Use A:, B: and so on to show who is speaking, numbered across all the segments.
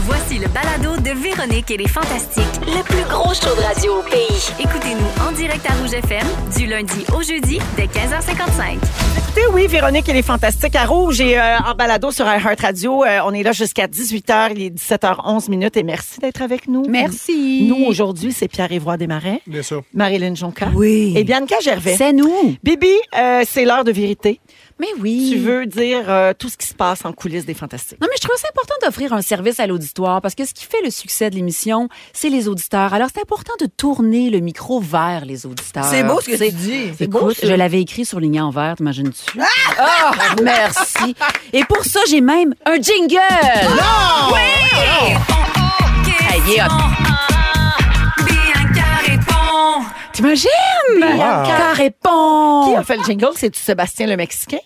A: Voici le balado de Véronique et les Fantastiques.
B: Le plus gros show de radio au pays.
A: Écoutez-nous en direct à Rouge FM du lundi au jeudi dès 15h55.
C: Écoutez, oui, Véronique, elle est fantastique à Rouge et euh, en balado sur iHeart Radio. euh, on est là jusqu'à 18h, il est 17h11 minutes et merci d'être avec nous.
D: Merci.
C: Nous, aujourd'hui, c'est Pierre-Évoire Desmarais,
E: Bien sûr.
C: Marilyn Jonca
D: Oui.
C: et Bianca Gervais.
D: C'est nous.
C: Bibi, euh, c'est l'heure de vérité.
D: Mais oui.
C: Tu veux dire euh, tout ce qui se passe en coulisses des Fantastiques.
D: Non, mais je trouve c'est important d'offrir un service à l'auditoire parce que ce qui fait le succès de l'émission, c'est les auditeurs. Alors, c'est important de tourner le micro vers les auditeurs.
F: C'est beau ce que tu dis.
D: C'est beau. Je l'avais écrit sur ligne en vert, t'imagines-tu? Ah! merci. Et pour ça, j'ai même un jingle.
A: Question
D: Aïe, hop.
A: un, Bianca répond.
D: T'imagines? Bianca répond.
C: Qui a fait le jingle? C'est-tu Sébastien le Mexicain?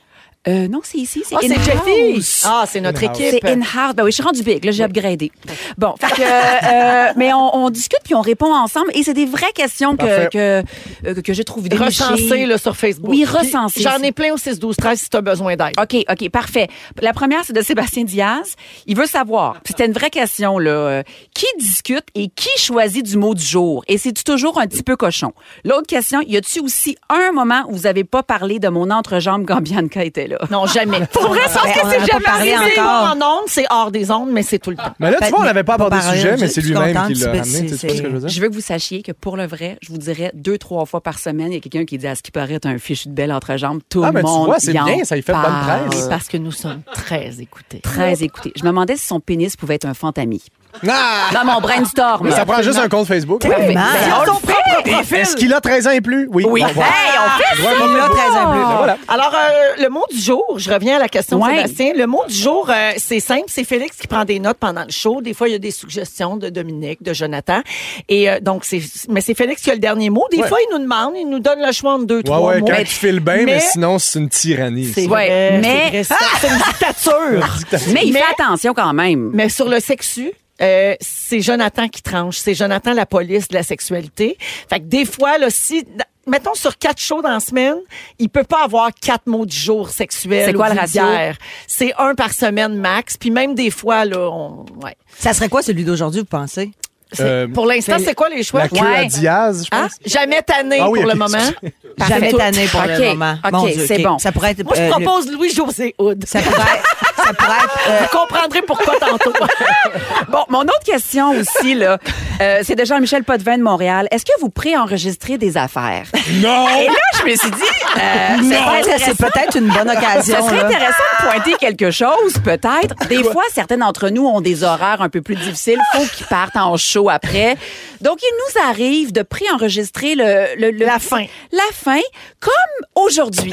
D: Euh, non, c'est ici. C'est
C: Ah, c'est Jeffy.
D: in-house.
C: Ah, c'est notre
E: In-house.
C: équipe.
D: C'est in-house. Ben oui, je suis rendue big. Là, j'ai upgradé. Bon, fait que, euh, mais on, on discute puis on répond ensemble et c'est des vraies questions que,
E: Parfait.
D: que, euh, que je trouve dénichées.
C: Recensé là, sur Facebook.
D: Oui, recensé.
C: J'en ai plein au 6-12-13 si tu as besoin d'aide.
D: OK, OK, parfait. La première, c'est de Sébastien Diaz. Il veut savoir, puis c'était une vraie question, là, euh, qui discute et qui choisit du mot du jour? Et c'est-tu toujours un petit peu cochon? L'autre question, y a-tu aussi un moment où vous avez pas parlé de mon entrejambe quand Bianca était là?
C: Non, jamais.
D: Pour vrai, je pense
C: Ben,
D: que
C: on
D: c'est
C: en a
D: jamais
C: pas parlé
D: arrivé.
C: encore. Euh. En ondes, c'est hors des ondes, mais c'est tout le temps.
E: Mais là, tu vois, on n'avait pas abordé
F: Pas
E: le sujet,
F: pareil,
E: mais
F: je
E: c'est
F: suis
E: lui-même qui
F: contente,
E: l'a
F: c'est-
E: ramené. Tu
F: c'est-
E: sais pas ce que je veux dire?
D: Je veux que vous sachiez que pour le vrai, je vous dirais deux, trois fois par semaine, il y a quelqu'un qui dit à ce qui paraît être un fichu de belle entrejambe. Tout
E: Ah,
D: le
E: ben, tu
D: monde.
E: vois, c'est
D: y en
E: bien, ça y fait bonne
D: parle.
E: presse.
C: C'est parce que nous sommes très écoutés.
D: Très écouté. Je me demandais si son pénis pouvait être un fantami.
E: Ah!
D: Dans mon brainstorm.
E: Mais ça prend juste un compte Facebook.
D: Parfait.
C: Ah,
F: Tellement.
D: Ben, on le fait.
E: Est-ce qu'il a 13 ans et plus? Oui.
D: Oui.
E: Bon, voilà.
D: Hey, on fait
E: Ouais, bon,
F: Il a
E: bon.
F: 13 ans plus.
E: Ben, voilà.
C: Alors, euh, le mot du jour, je reviens à la question de
D: Ouais.
C: Sébastien. Le mot du jour, euh, c'est simple, c'est Félix qui prend des notes pendant le show. Des fois, il y a des suggestions de Dominique, de Jonathan. Et euh, donc, c'est, mais c'est Félix qui a le dernier mot. Des
E: Ouais.
C: fois, il nous demande, il nous donne le choix entre deux,
E: Ouais,
C: trois
E: ouais,
C: mots.
E: quand tu files bien, mais
C: Mais-
E: sinon, c'est une tyrannie.
C: C'est
E: ça.
C: vrai,
D: Ouais,
C: c'est
D: mais-
C: vrai, c'est- c'est une dictature.
D: Mais il
C: Mais-
D: fait attention quand même.
C: Mm-hmm. Mais sur le sexu, euh, c'est Jonathan qui tranche. C'est Jonathan la police de la sexualité. Fait que des fois, là, si... Mettons sur quatre shows dans la semaine, il peut pas avoir quatre mots du jour sexuels.
D: C'est quoi
C: ou
D: le ratio?
C: vulgaires. C'est un par semaine max. Puis même des fois, là, on... ouais.
F: Ça serait quoi celui d'aujourd'hui, vous pensez?
C: C'est-
E: Euh,
C: pour l'instant, c'est quoi les choix?
E: La queue à
D: Ouais.
E: Diaz, je
C: Hein?
E: pense.
C: Jamais tanné
E: Ah oui,
C: pour
E: ok,
C: le moment. Parfait.
F: Jamais tanné pour
D: Ok,
F: le moment.
D: ok,
F: Mon Dieu,
D: c'est bon.
F: Ça pourrait être.
C: Moi, je
F: euh, le-
C: propose Louis-José Houd.
F: Ça pourrait être. ça pourrait être, euh,
C: Vous comprendrez pourquoi tantôt.
D: Bon, mon autre question aussi, là, euh, c'est de Jean-Michel Potvin de Montréal. Est-ce que vous préenregistrez des affaires?
E: Non!
D: Et là, je me suis dit, euh, c'est
F: ça pourrait
D: pas
F: être- c'est peut-être une bonne
D: Ce
F: occasion.
D: serait
F: là.
D: intéressant de pointer quelque chose, peut-être. Des fois, certaines d'entre nous ont des horaires un peu plus difficiles. Faut qu'ils partent en show après. Donc, il nous arrive de préenregistrer le, le- le-
C: La fin.
D: La fin, comme aujourd'hui.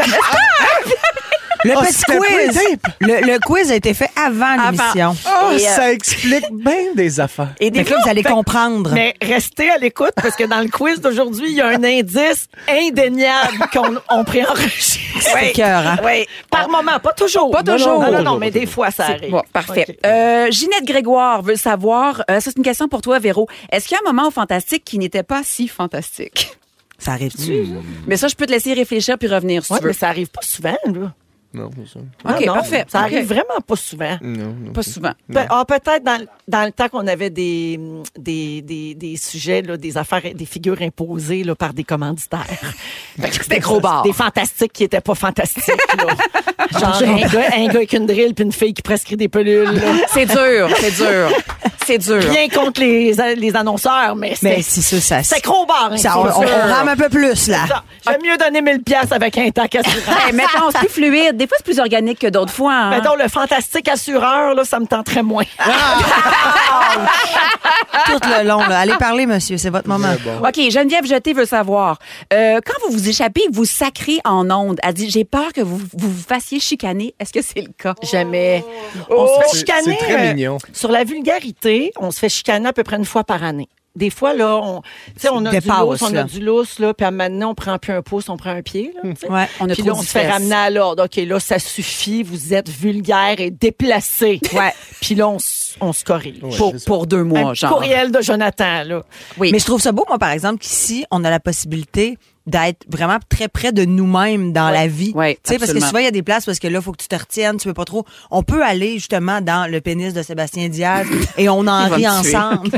F: Le
E: Ah,
F: petit
E: c'était
F: quiz. Le, le quiz a été fait avant
D: Avant.
F: l'émission.
E: Oh,
D: Et, euh,
E: ça explique bien des affaires.
C: Et
F: Fait que là, vous allez comprendre.
C: Mais restez à l'écoute parce que dans le quiz d'aujourd'hui, il y a un indice indéniable qu'on on préenregistre.
F: C'est écœurant.
C: Oui. Par moment, pas toujours.
D: hein? Ah. Pas toujours.
C: Non, non, non, non,
E: Toujours,
C: mais des fois, ça
D: C'est-
C: arrive.
D: Bon, parfait.
C: OK.
D: Euh, Ginette Grégoire veut savoir, euh, ça c'est une question pour toi, Véro. Est-ce qu'il y a un moment au fantastique qui n'était pas si fantastique?
F: Ça arrive-tu?
D: Mais ça, je peux te laisser réfléchir puis revenir si
C: Ouais,
D: tu veux.
C: mais ça arrive pas souvent, là. Ah
E: Non, c'est ça.
D: OK,
C: Non, non,
D: parfait.
C: Ça
D: OK.
C: arrive vraiment pas souvent.
E: Non, non.
D: Pas souvent.
C: Pe- ah, peut-être dans, le- dans le temps qu'on avait des, des, des, des sujets, là, des affaires, des figures imposées là, par des commanditaires. Fait que C'était
D: Ben, gros barres.
C: Des fantastiques qui n'étaient pas fantastiques. là. Genre un gars, un gars avec une drill puis une fille qui prescrit des pilules. là.
D: C'est dur, c'est dur, c'est dur.
C: Rien contre les, les annonceurs, mais
F: Mais
C: c'est
F: si ça, ça.
C: c'est gros bar. hein,
F: ça, on,
C: c'est
F: on- on
C: sûr.
F: rame un peu plus, là.
C: Ça, J'aime mieux donner 1000 pièces avec un tac assureur.
D: Hey, mettons, c'est plus fluide. Des fois, c'est plus organique que d'autres fois. hein.
C: Mettons, le fantastique assureur, là, ça me tenterait moins.
F: Tout le long, là. Allez parler, monsieur. C'est votre moment.
D: OK, Geneviève Jeté veut savoir. euh, quand vous vous échappez, vous sacrez en ondes. Elle dit J'ai peur que vous vous, vous fassiez chicaner. Est-ce que c'est le cas?
C: Jamais. On se fait
E: C'est-
C: chicaner.
E: c'est très
C: euh,
E: mignon.
C: Sur la vulgarité, on se fait chicaner à peu près une fois par année. Des fois, là, on, tu sais, on a du
F: Dépasse,
C: lousse, on a
F: là.
C: du lousse, là, puis à maintenant, on prend plus un pouce, on prend un pied, là, tu sais.
F: Ouais.
D: On a
C: Puis
D: trop
C: là, on
D: dit
C: se fait
D: fesses.
C: ramener à l'ordre. OK, là, ça suffit, vous êtes vulgaire et déplacé.
D: Ouais.
C: Puis là, on, s- on se corrige.
D: Pour, pour deux mois,
C: Un
D: genre.
C: courriel de Jonathan, là.
D: Oui.
F: Mais je trouve ça beau, moi, par exemple, qu'ici, on a la possibilité d'être vraiment très près de nous-mêmes dans la vie.
D: Ouais,
F: Tu sais, parce que
D: absolument.
F: souvent, il y a des places parce que là, faut que tu te retiennes, tu peux pas trop. On peut aller justement dans le pénis de Sébastien Diaz et on en
D: va
F: rit
D: me tuer.
F: ensemble.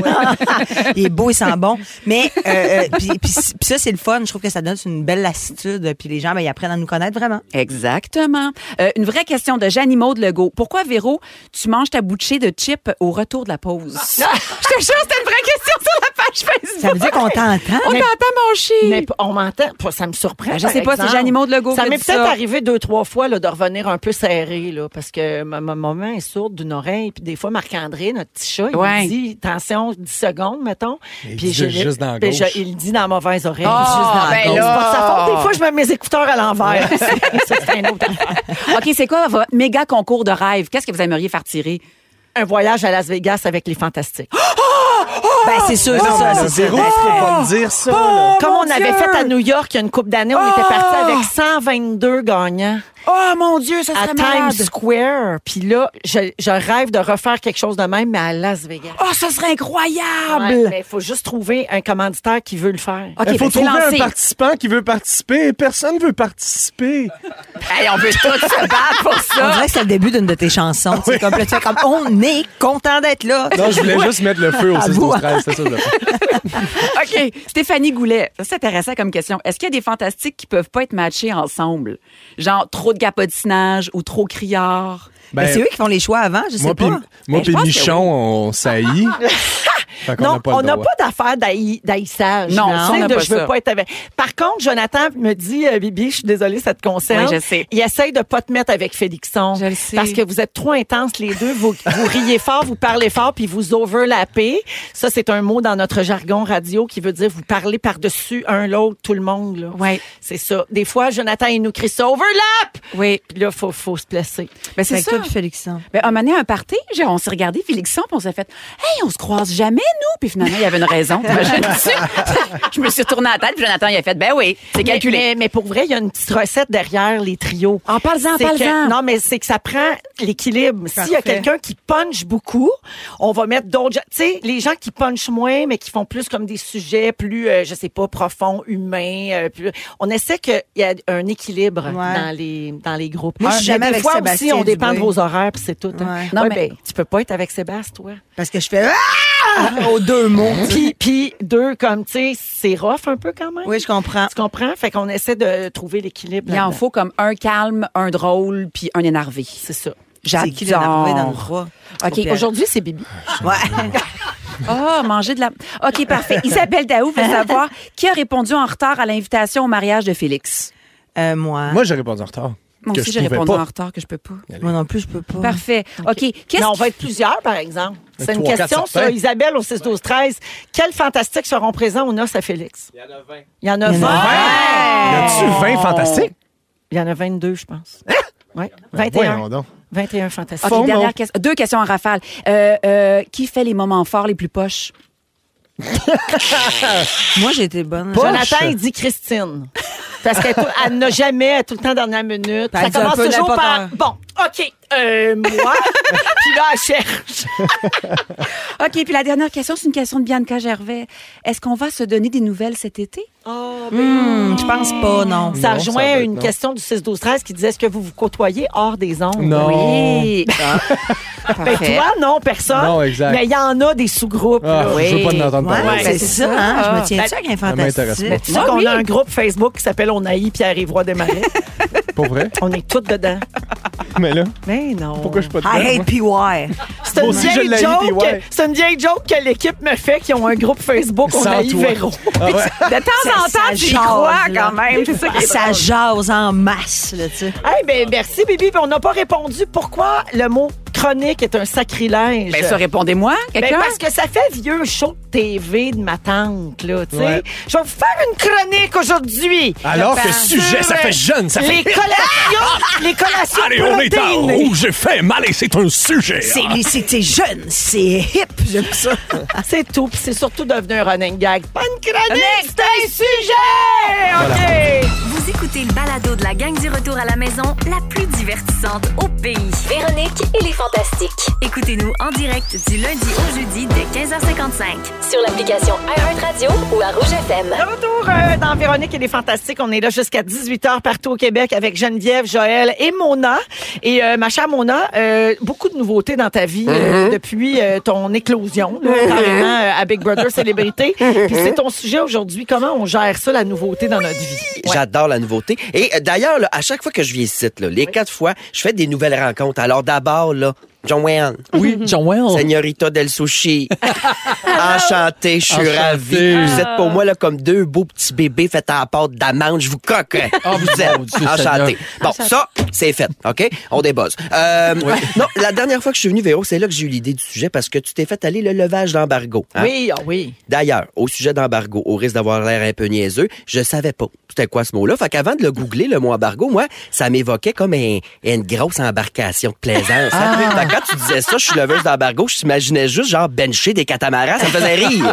F: il est beau, il sent bon. Mais euh, euh, puis, puis- puis ça, c'est le fun. Je trouve que ça donne une belle lassitude. Puis les gens, ben, ils apprennent à nous connaître vraiment.
D: Exactement. Euh, une vraie question de Jeannie Maud Legault. Pourquoi, Véro, tu manges ta bouchée de chips au retour de la pause? Je te jure, c'était une vraie question sur la page Facebook.
F: Ça veut dire qu'on t'entend.
D: On t'entend manger.
C: Mais p- on m'entend. Pas- Ça me surprend.
D: Ben, je
C: par
D: sais pas, c'est
C: exemple.
D: Jeannie Maud Legault
C: Ça
D: qui
C: m'est
D: dit
C: peut-être
D: ça.
C: arrivé deux, trois fois là, de revenir un peu serré, là, parce que ma, ma maman est sourde d'une oreille. Puis des fois, Marc-André, notre petit chat, il
D: Ouais.
C: me dit attention, 10 secondes, mettons.
E: Il
C: Puis
E: dit
C: je-
E: juste dans la
C: puis je-
E: gauche.
C: Il le dit dans la mauvaise oreille.
D: Ah,
C: juste
D: ben
C: dans la gauche.
D: là.
C: C'est pas de sa faute. Des fois, je mets mes écouteurs à l'envers. Ça, c'est un autre affaire.
D: OK, c'est quoi votre méga concours de rêve? Qu'est-ce que vous aimeriez faire tirer?
C: Un voyage à Las Vegas avec les fantastiques.
D: Oh!
F: Ben, c'est sûr, c'est ça.
E: le
F: c'est ça.
E: zéro, tu peux pas me dire ça. là.
C: Comme on avait fait à New York il y a une couple d'années,
D: Ah!
C: on était parti avec 122 gagnants.
D: Oh mon Dieu, ça
C: à
D: serait
C: Times
D: malade.
C: Square. Puis là, je, je rêve de refaire quelque chose de même, mais à Las Vegas.
D: Oh, ça serait incroyable.
C: Ouais, mais il faut juste trouver un commanditaire qui veut le faire.
D: OK,
E: Il faut
D: ben, c'est
E: trouver
D: lancé.
E: un participant qui veut participer et personne veut participer.
D: Hey, on veut tous se battre pour
F: On
D: ça.
F: dirait que c'est le début d'une de tes chansons. C'est comme, là, tu fais comme, on est content d'être là.
E: Non, je voulais juste mettre le feu au 6 12 13 c'est ça. je le fais.
D: OK. Stéphanie Goulet, ça c'est intéressant comme question. Est-ce qu'il y a des fantastiques qui peuvent pas être matchés ensemble? Genre trop de capotinage ou trop criard?
F: Ben, c'est eux qui font les choix avant, je sais
E: moi
F: pas.
E: puis moi
D: Ben, je
E: puis
D: pense que
E: Michon, on saillit. Fait qu'on
C: Non,
E: n'a pas
C: on
E: le
C: n'a
E: droit.
C: pas d'affaire d'haï- d'haïssage.
D: Non, ça, on
C: Tu
D: n'a
C: sais, de,
D: pas
C: je veux
D: ça.
C: pas être avec. Par contre, Jonathan me dit, euh, Bibi, je suis désolée, ça te concerne.
D: Oui, je sais.
C: Il essaye de pas te mettre avec Félixon.
D: Je le sais.
C: Parce que vous êtes trop intenses les deux. Vous, vous riez fort, vous parlez fort, puis vous overlappez. Ça, c'est un mot dans notre jargon radio qui veut dire vous parlez par-dessus un l'autre, tout le monde. Là.
D: Ouais.
C: C'est ça. Des fois, Jonathan, il nous crie ça, overlap!
D: Oui.
C: Puis là, faut, faut se placer.
D: Ben,
F: C'est
D: c'est
F: avec
D: ça.
F: toi puis Félixon.
D: Ben, un moment donné, à un party, genre, on s'est regardé, Félixon, puis on s'est fait Hey, on se croise jamais, nous! Puis finalement, il y avait une raison. T'imagines-tu? je me suis retournée à la tête, puis Jonathan, il a fait Ben oui, c'est
C: Mais-
D: calculé.
C: Mais, mais pour vrai, il y a une petite recette derrière les trios.
F: Ah,
D: En parle-en,
C: C'est
D: parle-en.
C: que- Non, mais c'est que ça prend l'équilibre. S'il y a
F: Parfait.
C: quelqu'un qui punch beaucoup, on va mettre d'autres gens. Tu sais, les gens qui punchent moins, mais qui font plus comme des sujets plus, euh, je sais pas, profonds, humains. euh, plus- On essaie qu'il y a un équilibre dans, les, dans les groupes.
F: Moi, je suis
C: Mais
F: jamais
C: des
F: avec
C: fois aussi,
F: Sébastien
C: on dépend de
F: Dubé.
C: vos horaires, puis c'est tout. hein.
F: Ouais.
D: Non,
C: Ouais,
D: mais-
C: ben, tu peux pas être avec Sébastien, toi.
F: Parce que je fais Ah! aux deux mots.
C: puis, puis deux, comme, tu sais, c'est rough un peu quand même.
F: Oui, je comprends.
C: Tu comprends? Fait qu'on essaie de trouver l'équilibre.
D: Il en
C: là-dedans.
D: faut comme un calme, un drôle, puis un énervé.
C: C'est ça.
F: C'est qui l'énervé dans le
D: J'adore.
F: trois?
D: OK, aujourd'hui.
C: Aujourd'hui, c'est Bibi.
F: Ouais.
D: Ah, manger de la. OK, parfait. Isabelle Daou veut savoir qui a répondu en retard à l'invitation au mariage de Félix.
F: Euh, moi.
E: Moi, j'ai répondu en retard.
D: Moi
E: que
D: aussi,
E: je
D: j'ai
E: pouvais
D: répondu en
E: pas.
D: retard que je peux pas.
F: Moi non plus, je peux pas.
D: Parfait. OK. Qu'est-ce
C: Mais on
D: qui-
C: va être plusieurs, par exemple. C'est une
E: trois, quatre
C: question
E: certains.
C: sur Isabelle au 6 12 13 Quels fantastiques seront présents aux noces à Félix? Il y en a
F: Il y en a
C: 20.
E: Y a-tu 20 fantastiques?
C: Il y en a 22, je pense. Ouais,
E: ben Voyons
C: 21.
E: donc.
C: 21 fantastiques.
D: OK, dernière question. Deux questions en rafale. Euh, euh, qui fait les moments forts les plus poches?
F: Moi, j'ai été bonne.
E: Pas-
C: Jonathan, il dit Christine. Parce qu'elle tou- elle n'a jamais, elle est tout le temps dernière minute.
F: Elle
C: ça
F: dit un
C: commence
F: peu
C: toujours par.
F: n'importe
C: Bon, OK, euh, moi. Puis là, elle cherche.
D: OK, puis la dernière question, c'est une question de Bianca Gervais. Est-ce qu'on va se donner des nouvelles cet été?
F: Hmm, je pense pas,
E: Non,
F: non.
C: Ça
E: ça
C: rejoint
E: va être
C: une
E: non.
C: question du 6 12 13 qui disait est-ce que vous vous côtoyez hors des ondes?
E: Non.
D: Oui.
C: Oh.
D: Ah.
C: Ben,
D: Parfait.
C: toi, non, personne.
E: Non, exact.
C: Mais il y en a des sous-groupes.
E: Ah,
C: là.
E: Je veux pas en entendre
F: Ouais, ben,
E: parler.
F: c'est
D: c'est
F: ça,
D: ça.
F: hein. Je
D: Ah.
F: me tiens-tu avec un
E: m'intéresse
F: fantastique?
E: pas.
C: Tu sais
D: Ah
C: qu'on
D: oui.
C: a un groupe Facebook qui s'appelle On haït Pierre-Yvroy Desmarais.
E: Pour vrai?
C: On est toutes dedans.
E: Mais là,
D: Ben,
C: Mais non.
E: pourquoi je suis pas dedans?
F: I
E: moi?
F: hate PY.
C: C'est une
E: Moi aussi, je
C: vieille
E: l'haïs, puis
C: joke.
E: ouais.
C: C'est une vieille joke que l'équipe me fait qui ont un groupe Facebook On
E: Sans
C: haït
E: toi.
C: Véro.
E: Ah ouais.
D: De temps
F: Ça-
D: en temps,
F: ça
D: tu y
F: jase,
D: crois
F: là.
D: quand même. C'est ça qui est
F: Ça
D: drôle.
F: jase en masse, là, tu sais.
C: Hey, ben, merci, Bibi. Puis On n'a pas répondu pourquoi le mot chronique est un sacrilège.
D: Ben, ça, répondez-moi,
C: Ben,
D: quelqu'un.
C: parce que ça fait vieux show de TV de ma tante, là, tu sais.
E: Ouais.
C: Je vais vous faire une chronique aujourd'hui.
E: Alors que
C: Sur,
E: sujet, ça fait jeune, ça fait...
C: les collations, les collations
E: Allez, on est en
C: protéinées.
E: rouge, j'ai fait mal et c'est un sujet. Ah.
F: C'est les- C'est c'est jeune, c'est hip, j'aime ça.
C: C'est tout, puis c'est surtout devenu un running gag. Pas une chronique, c'est un sujet! OK!
A: Vous écoutez le balado de la gang du retour à la maison, la plus divertissante au pays.
B: Véronique et les Fantastiques.
A: Écoutez-nous en direct du lundi au jeudi dès 15h55.
B: Sur l'application iHeartRadio ou à Rouge FM.
C: De retour euh, dans Véronique et les Fantastiques. On est là jusqu'à 18h partout au Québec avec Geneviève, Joël et Mona. Et euh, ma chère Mona, euh, beaucoup de nouveautés dans ta vie euh,
G: Mm-hmm.
C: depuis euh, ton éclosion là, carrément, euh, à Big Brother Célébrité.
G: Mm-hmm.
C: Puis c'est ton sujet aujourd'hui. Comment on gère ça, la nouveauté dans notre vie? Ouais.
G: J'adore la nouveauté. Et euh, d'ailleurs, là, à chaque fois que je viens ici, là, les quatre fois, je fais des nouvelles rencontres. Alors d'abord, là, John Wayne,
C: Oh
H: Oui, John Well.
G: Señorita del Sushi. Enchanté, je suis
H: Enchanté.
G: ravi. Vous êtes pour moi là, comme deux beaux petits bébés faits à la pâte d'amande. Je vous coque.
H: Ah,
G: vous
H: mon
G: êtes
H: Dieu
G: enchanté.
H: Seigneur.
G: Bon, ça, c'est fait. OK? On débuzz. Euh, Non, la dernière fois que je suis venu, Véro, c'est là que j'ai eu l'idée du sujet parce que tu t'es fait aller le levage d'embargo. hein?
C: Oui, ah oui.
G: D'ailleurs, au sujet d'embargo, au risque d'avoir l'air un peu niaiseux, je savais pas c'était quoi ce mot-là. Fait qu'avant de le googler, le mot embargo, moi, ça m'évoquait comme un- une grosse embarcation de plaisance.
C: Ah!
G: hein. Fait que quand tu disais ça, je suis leveuse d'embargo, je t'imaginais juste genre bencher des catamarans, ça me faisait rire.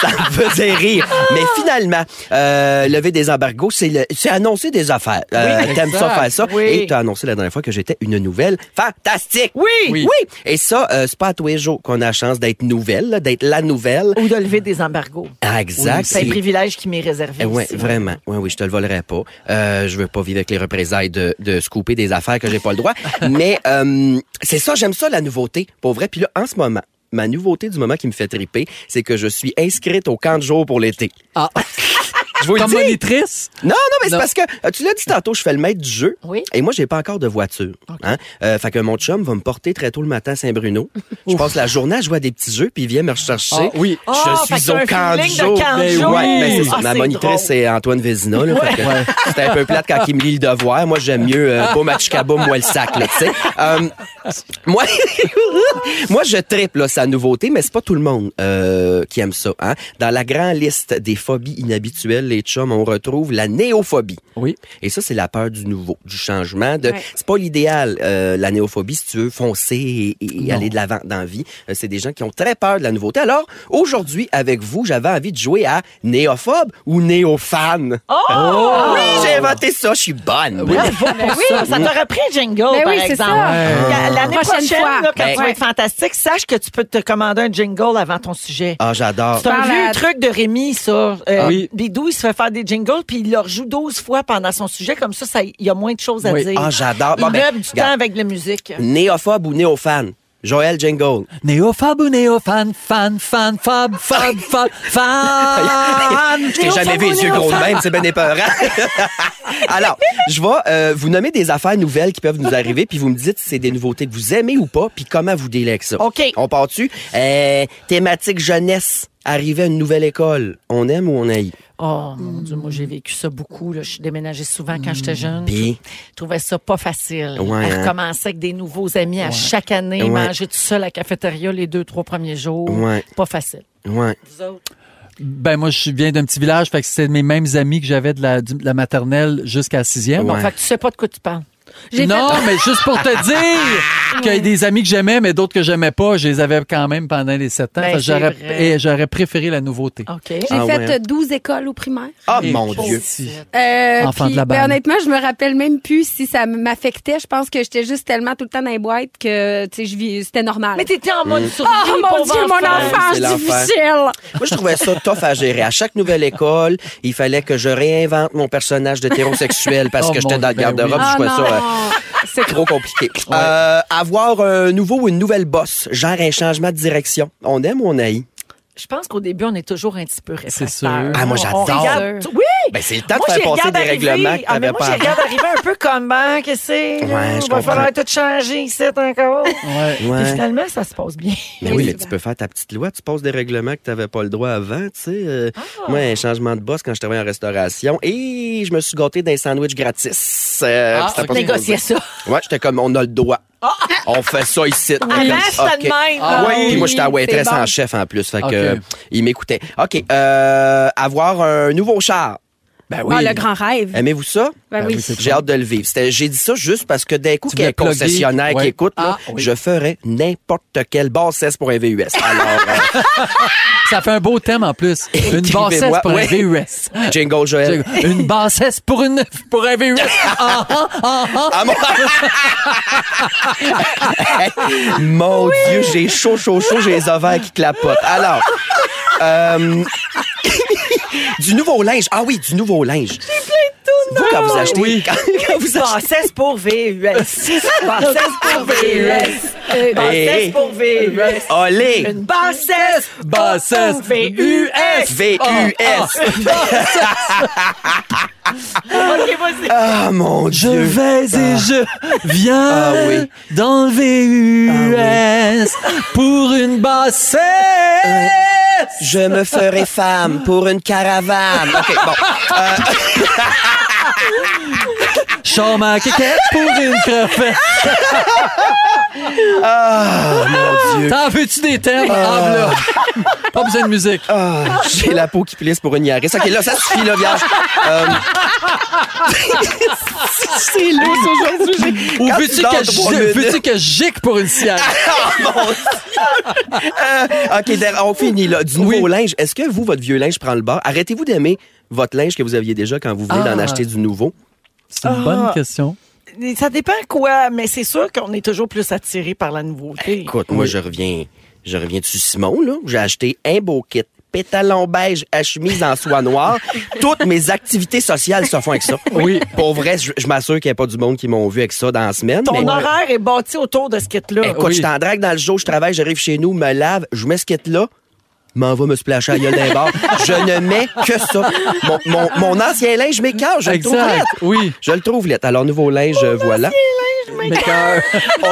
G: ça me faisait rire. Mais finalement, euh, lever des embargos, c'est le- c'est annoncer des affaires. Euh, T'aimes ça,
H: exact.
G: faire ça.
C: Oui.
G: Et t'as annoncé la dernière fois que j'étais une nouvelle fantastique.
C: Oui.
G: Oui. Et ça, euh, c'est pas à tous les jours qu'on a la chance d'être nouvelle, là, d'être la nouvelle.
C: Ou de lever des embargos.
G: Ah, Exact.
C: C'est un
G: C'est-
C: privilège qui m'est réservé.
G: Eh ouais,
C: ici.
G: vraiment. Oui, oui, je te le volerai pas. Euh, je veux pas vivre avec les représailles de, de scooper des affaires que j'ai pas le droit. Mais euh, c'est ça, j'aime ça la nouveauté, pour vrai. Puis là, en ce moment, ma nouveauté du moment qui me fait triper, c'est que je suis inscrite au camp de jour pour l'été.
H: Ah.
G: Je vous le
H: Comme
G: dis.
H: monitrice.
G: Non, non, mais c'est
H: Non.
G: parce que euh, tu l'as dit tantôt, je fais le maître du jeu.
C: Oui.
G: Et moi, j'ai pas encore de voiture. Hein? Euh, fait que mon chum va me porter très tôt le matin à Saint-Bruno. je passe la journée à jouer à des petits jeux, puis il vient me rechercher.
H: Ah, oui.
G: Je
C: Ah, fait que
G: suis au
C: t'as un
G: camp
C: feeling
G: du
C: de
G: jour.
C: camp
H: du
G: Ben
H: jour.
G: ouais, ben, c'est ça.
C: Ah,
G: Ma
C: c'est
G: monitrice,
C: drôle.
G: c'est Antoine Vézina. Là, fait que C'était un peu plate quand il me lit le devoir. Moi, j'aime mieux euh, boum, à Chicaboum, moi le sac. Là, tu sais. Euh, moi, moi, je tripe là, sa nouveauté, mais c'est pas tout le monde euh, qui aime ça. Hein? Dans la grande liste des phobies inhabituelles, les chums, on retrouve la néophobie.
H: Oui.
G: Et ça, c'est la peur du nouveau, du changement. De... C'est pas l'idéal, euh, la néophobie, si tu veux foncer et, et aller de l'avant dans la vie. Euh, c'est des gens qui ont très peur de la nouveauté. Alors, aujourd'hui, avec vous, j'avais envie de jouer à néophobe ou néofan. Oh! Oui, j'ai inventé ça, je suis bonne.
C: Bravo pour ça. Ça t'aurait pris un jingle,
I: Ben
C: par
I: oui, c'est
C: exemple.
I: ça.
C: Quand- L'année
I: Prochaine
C: prochaine,
I: fois.
C: là, quand
G: Ben.
C: tu vas être fantastique, sache que tu peux te commander un jingle avant ton sujet.
G: Ah, j'adore.
C: C'est un
I: Parle
C: vieux
I: à-
C: truc de Rémi, ça. Euh,
H: Ah oui.
C: Bidou, il se fait faire des jingles, puis il leur joue 12 fois pendant son sujet. Comme ça, ça- il y a moins de choses à
H: Oui.
C: dire.
G: Ah, j'adore.
C: Il
G: Bon, ben,
C: meuble du
G: regarde. Mm.
C: temps avec la musique.
G: Néophobe ou néofan? Joël Jingle.
H: Néophab ou néofan, fan, fan, fab, fab, fab, fan.
G: Je t'ai jamais vu les yeux gros de même, c'est bien épeurant. Alors, je vais euh, vous nommer des affaires nouvelles qui peuvent nous arriver, puis vous me dites si c'est des nouveautés que vous aimez ou pas, puis comment vous délèguez ça.
C: OK.
G: On part-tu? Euh, thématique jeunesse. Arriver à une nouvelle école. On aime ou on haït?
C: Oh, mon Dieu, moi, j'ai vécu ça beaucoup. là. Je suis déménagée souvent quand j'étais jeune.
G: Puis,
C: Je trouvais ça pas facile.
G: Mm. Ouais,
C: à
G: hein.
C: recommencer avec des nouveaux amis à chaque année,
G: Ouais.
C: manger tout seul à la cafétéria les deux, trois premiers jours.
G: Ouais.
C: Pas facile.
G: ouais.
C: Vous autres?
H: Ben, moi, je viens d'un petit village, fait que c'est mes mêmes amis que j'avais de la, du- de la maternelle jusqu'à sixième.
G: Ouais.
C: Fait que tu sais pas de quoi tu parles.
I: J'ai
H: Non, mais juste pour te dire qu'il y a des amis que j'aimais, mais d'autres que j'aimais pas, je les avais quand même pendant les sept ans.
C: Ben,
H: Fait que
C: c'est
H: j'aurais,
C: vrai.
H: et j'aurais préféré la nouveauté.
C: OK.
I: J'ai
G: Ah
I: fait
G: ouais, hein.
I: euh, 12 écoles au primaire.
G: Ah,
H: Et
G: mon Dieu.
H: si.
I: Euh,
H: Enfant
I: puis,
H: de la
I: ben,
H: balle.
I: honnêtement, je me rappelle même plus si ça m'affectait. Je pense que j'étais juste tellement tout le temps dans les boîtes que tu sais, je vis- c'était normal.
C: Mais t'étais en mode survie,
I: oh mon
C: pauvre
I: Dieu, mon
G: enfant,
I: enfance
G: Mm. c'est l'enfer.
I: difficile!
G: Moi, je trouvais ça tough à gérer. À chaque nouvelle école, il fallait que je réinvente mon personnage d'hétérosexuel parce
H: Oh
G: que j'étais
H: mon
G: dans le
H: Dieu, ben
G: garde-robe.
H: oui.
G: Je
I: Ah
G: trouvais ça... euh,
I: non! C'est
G: trop compliqué. Euh, avoir un nouveau ou une nouvelle boss, genre un changement de direction. On aime ou on haït?
C: Je pense qu'au début, on est toujours un petit peu réfractaire.
H: C'est sûr. Ah,
G: moi,
C: On-
G: j'adore.
C: on regarde- Oui!
G: Ben, c'est le temps
C: moi,
G: de
C: j'ai
G: faire passer
C: regarde
G: des
C: arriver-
G: règlements que
C: Ah, mais
G: t'avais
C: moi,
G: pas
C: j'ai
G: avant.
C: regarde arriver un peu comme, ben, qu'est-ce que c'est? là?
G: Ouais, je
C: Il va falloir
G: comprends.
C: tout changer ici, encore.
H: Ouais.
C: Puis
G: Ouais.
C: finalement, ça se passe bien.
G: Mais oui, mais tu peux faire ta petite loi. Tu passes des règlements que tu n'avais pas le droit avant, tu sais. Euh, Moi, un changement de boss quand je travaillais en restauration et je me suis gâté d'un sandwich gratis. Euh,
H: Ah,
G: puis c'était pas
H: ok.
C: Négocier ça.
G: supposé. Ouais, j'étais comme, on a le droit. On fait ça ici.
C: Avant, c'était
G: Ok.
C: le même.
H: Ah
G: Ouais,
H: oui,
G: puis moi, j'étais à Waitress
I: c'est bon.
G: en chef en plus. Fait que,
H: Ok.
G: euh, il m'écoutait. OK. euh, avoir un nouveau char.
H: Ben
I: Ah, le grand rêve.
G: Aimez-vous ça?
I: Ben oui.
G: J'ai hâte de le vivre. C'était- J'ai dit ça juste parce que d'un coup,
H: Tu
G: qu'il y a un
H: voulais plugger,
G: concessionnaire
H: ouais.
G: qui écoute, là,
H: Ah, oui.
G: je ferais n'importe quelle bassesse pour un VUS. Alors,
H: Ça fait un beau thème en plus. Une
G: Écrivez-moi.
H: bassesse pour un
G: Ouais.
H: VUS.
G: euh, Jingle Joël.
H: Une bassesse pour une pour un VUS. Ah, ah, ah, ah.
G: Ah, mon Mon Dieu, j'ai chaud, chaud, chaud, j'ai les ovaires qui clapotent. Alors, euh, du nouveau linge. Ah oui, du nouveau linge. J'ai plein de Vous, quand vous achetez, quand, quand vous achetez
C: Bassesse pour VUS. Bassesse pour VUS. Euh, Bassesse
G: Hey.
C: pour VUS.
G: Olé!
C: Une bassesse.
H: Bassesse.
C: VUS.
G: VUS.
H: ah.
J: Ah,
C: OK, vas-y.
G: Ah mon
H: Je
G: Dieu!
H: vais et je viens
G: Ah oui.
H: dans le VUS pour une bassesse.
G: Je me ferai femme pour une caravane. OK, bon.
H: Chante ma quéquette pour une crevette.
G: Ah, mon Dieu.
H: T'en veux-tu des thèmes? Ah, voilà. Pas besoin de musique.
G: Ah, j'ai la peau qui plisse pour une Yaris. OK, là, ça suffit, là, vierge. Euh, C'est lourd aujourd'hui. j'ai-
H: Ou
G: Quand
H: veux-tu
G: tu dors
H: que,
G: trois
H: je-
G: minutes-
H: veux-tu que je gicle pour une sieste?
G: Ah, mon Dieu. Euh, OK, d'ailleurs, on finit, là. Du nouveau linge. Est-ce que vous, votre vieux linge prend le bord? Arrêtez-vous d'aimer votre linge que vous aviez déjà quand vous voulez
H: Ah.
G: d'en acheter du nouveau.
H: C'est une
G: Ah.
H: bonne question.
G: Euh,
C: Ça dépend quoi, mais c'est sûr qu'on est toujours plus attiré par la nouveauté.
G: Écoute, moi, je reviens, je reviens dessus Simon, là. J'ai acheté un beau kit. Pétalon beige à chemise en soie noire. Toutes mes activités sociales se font avec ça.
H: Oui.
G: Pour vrai, je, je m'assure qu'il n'y a pas du monde qui m'ont vu avec ça dans la semaine.
C: Ton
G: mais-
C: horaire est bâti autour de ce kit-là.
G: Écoute,
H: Oui.
G: je t'en drague dans le jour, je travaille, j'arrive chez nous, me lave, je mets ce kit-là, m'en vais me splasher à la gueule d'un bar. Je ne mets que ça. Mon, mon, mon ancien linge m'écarte, je le trouve
H: Exact.
G: lettre.
H: Oui.
G: Je le trouve lettre. Alors, nouveau linge,
I: Oh,
G: euh, voilà. On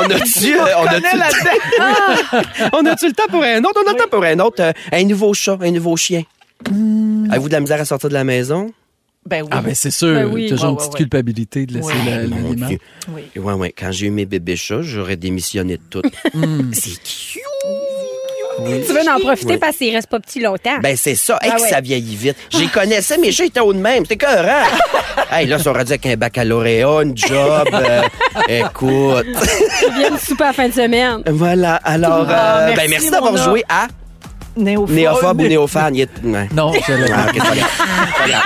G: a-tu euh, on a
C: connaît la
I: Ah!
G: on a-tu le temps pour un autre? On a le temps pour un autre. euh, un nouveau chat, un nouveau chien.
I: Hmm.
G: Avez-vous de la misère à sortir de la maison?
C: Ben oui.
H: Ah, ben c'est sûr.
I: Ben oui.
H: Toujours
C: Ouais,
H: une
C: ouais,
H: petite
C: ouais.
H: culpabilité de laisser
C: Ouais.
H: la-
G: Mon
H: l'aliment.
G: Dieu.
C: Oui.
G: Ouais, ouais. Quand j'ai eu mes bébés chats, j'aurais démissionné de tout. C'est cute.
I: Tu veux en profiter
G: Oui.
I: parce qu'il reste pas petit longtemps.
G: Ben, c'est ça. Hey,
I: Ah
G: que
I: ouais.
G: ça vieillit vite. J'y connaissais, mais chats étaient au de même. C'était cohérent. hey, là, ça aurait dit qu'un baccalauréat, une job. euh, écoute.
I: tu viens de souper à la fin de semaine.
G: Voilà. Alors,
C: Ah,
G: euh,
C: merci,
G: ben, merci d'avoir
C: Mona.
G: joué à
C: Néophobe.
G: Néophobe ou Néophane. Il est- ouais.
H: Non, je l'ai-
G: Ah, ok, c'est pas grave. C'est pas grave.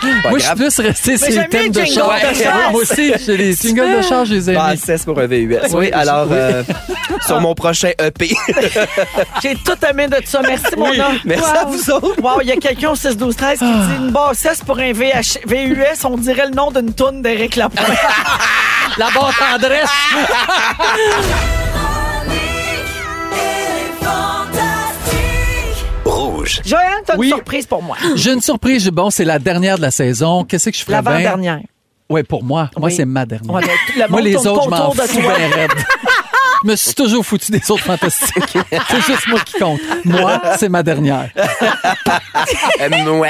G: C'est pas
H: Moi, je suis
G: grave.
H: plus resté sur les
C: j'aime
H: thèmes
C: mieux
H: de
C: Jingle
H: char.
G: de chasse.
H: Moi aussi, j'ai les singles de char, je les ai
G: Ah,
H: aimés.
G: 16 pour un VUS. Oui,
H: Oui,
G: alors,
H: oui.
G: euh, sur mon prochain E EP.
C: J'ai tout aimé de ça. Merci, mon homme.
G: Merci à vous autres.
C: Wow, il y a quelqu'un au 6 12 13 qui dit une bassesse pour un VH VUS, on dirait le nom d'une toune d'Éric Lapointe.
H: La bonne tendresse.
C: Joël, t'as
H: Oui.
C: une surprise pour
J: Ah,
C: moi.
J: ben.
H: J'ai une surprise. Bon, c'est la dernière de la saison. Qu'est-ce que je ferais bien?
C: L'avant-dernière.
H: Ouais, pour moi. Moi,
C: Oui.
H: c'est ma dernière.
C: Ouais, ben, le
H: moi,
C: monde
H: les
C: tourne
H: autres,
C: pas
H: je m'en
C: autour de
H: fous
C: toi.
H: ben raide. Je me suis toujours foutu des autres fantastiques. c'est juste moi qui compte. Moi, c'est ma dernière.
G: euh, Moi.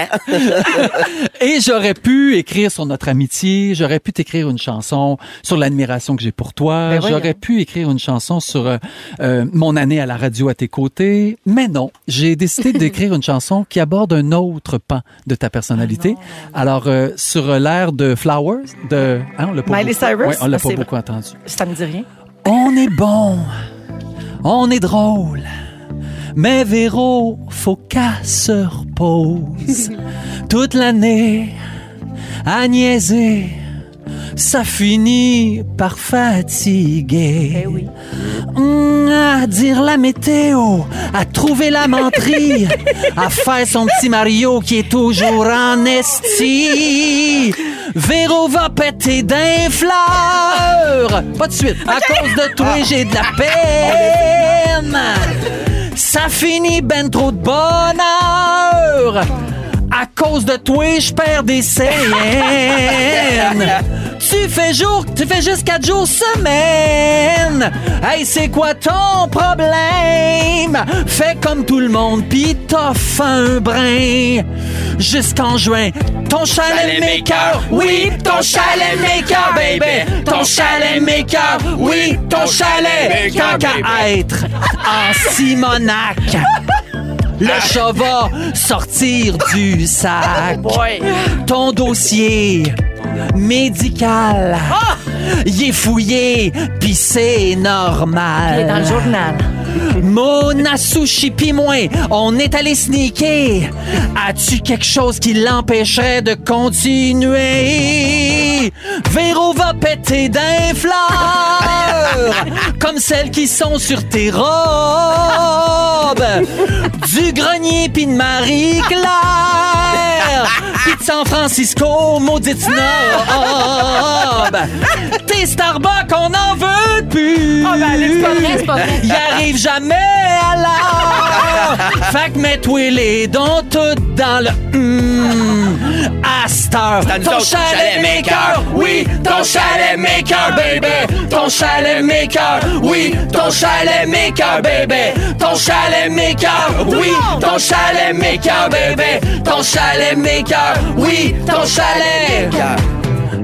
H: Et j'aurais pu écrire sur notre amitié, j'aurais pu t'écrire une chanson sur l'admiration que j'ai pour toi,
C: Ben voyons.
H: j'aurais pu écrire une chanson sur euh, euh, mon année à la radio à tes côtés, mais non, j'ai décidé d'écrire une chanson qui aborde un autre pan de ta personnalité.
C: Ah
H: Alors, euh, sur euh, l'air de Flowers, de... hein, on l'a pas
C: Miley
H: beaucoup-
C: Cyrus?
H: ouais, on l'a
C: Ah,
H: pas
C: c'est
H: beaucoup entendu.
C: Ça me dit rien.
H: On est bon, on est drôle, mais Véro, faut qu'elle se repose. Toute l'année à niaiser, ça finit par fatiguer. Hum, à dire la météo, à trouver la menterie, à faire son petit Mario qui est toujours en esti. Véro va péter d'un fleur. Pas de suite. À cause de toi, j'ai de la peine. Ça finit ben trop de bonheur. À cause de toi, je perds des scènes. tu fais jour, tu fais juste quatre jours semaine. Hey, c'est quoi ton problème? Fais comme tout le monde, pis t'offres un brin. Jusqu'en juin, ton chalet
G: Chalet
H: maker,
G: maker,
H: oui, ton chalet maker, baby. Ton chalet maker, oui, ton chalet.
G: maker,
H: Tant qu'à
G: baby.
H: être en Simonac. Le chat va sortir du sac. Ton dossier médical, il est fouillé, puis c'est normal.
C: Il est dans
D: Euh.
C: le journal.
H: Mona Sushi pis moi, on est allé sneaker. As-tu quelque chose qui l'empêcherait de continuer? Véro va péter d'un fleur, comme celles qui sont sur tes robes. Du grenier pis de Marie-Claire, pis de San Francisco, maudite snob. Tes Starbucks, on en veut plus.
I: c'est pas vrai.
H: Il arrive jamais à l'heure. fait que mets-toi les dons toutes dans le hum. à cette heure.
G: C'est à nous
H: Ton
G: autres,
H: chalet
G: chalet
H: maker,
G: maker.
H: oui, ton chalet maker, baby. Ton chalet maker, oui, ton chalet maker, baby. Ton chalet maker, oui, ton chalet maker, baby. Ton chalet maker, oui, ton chalet.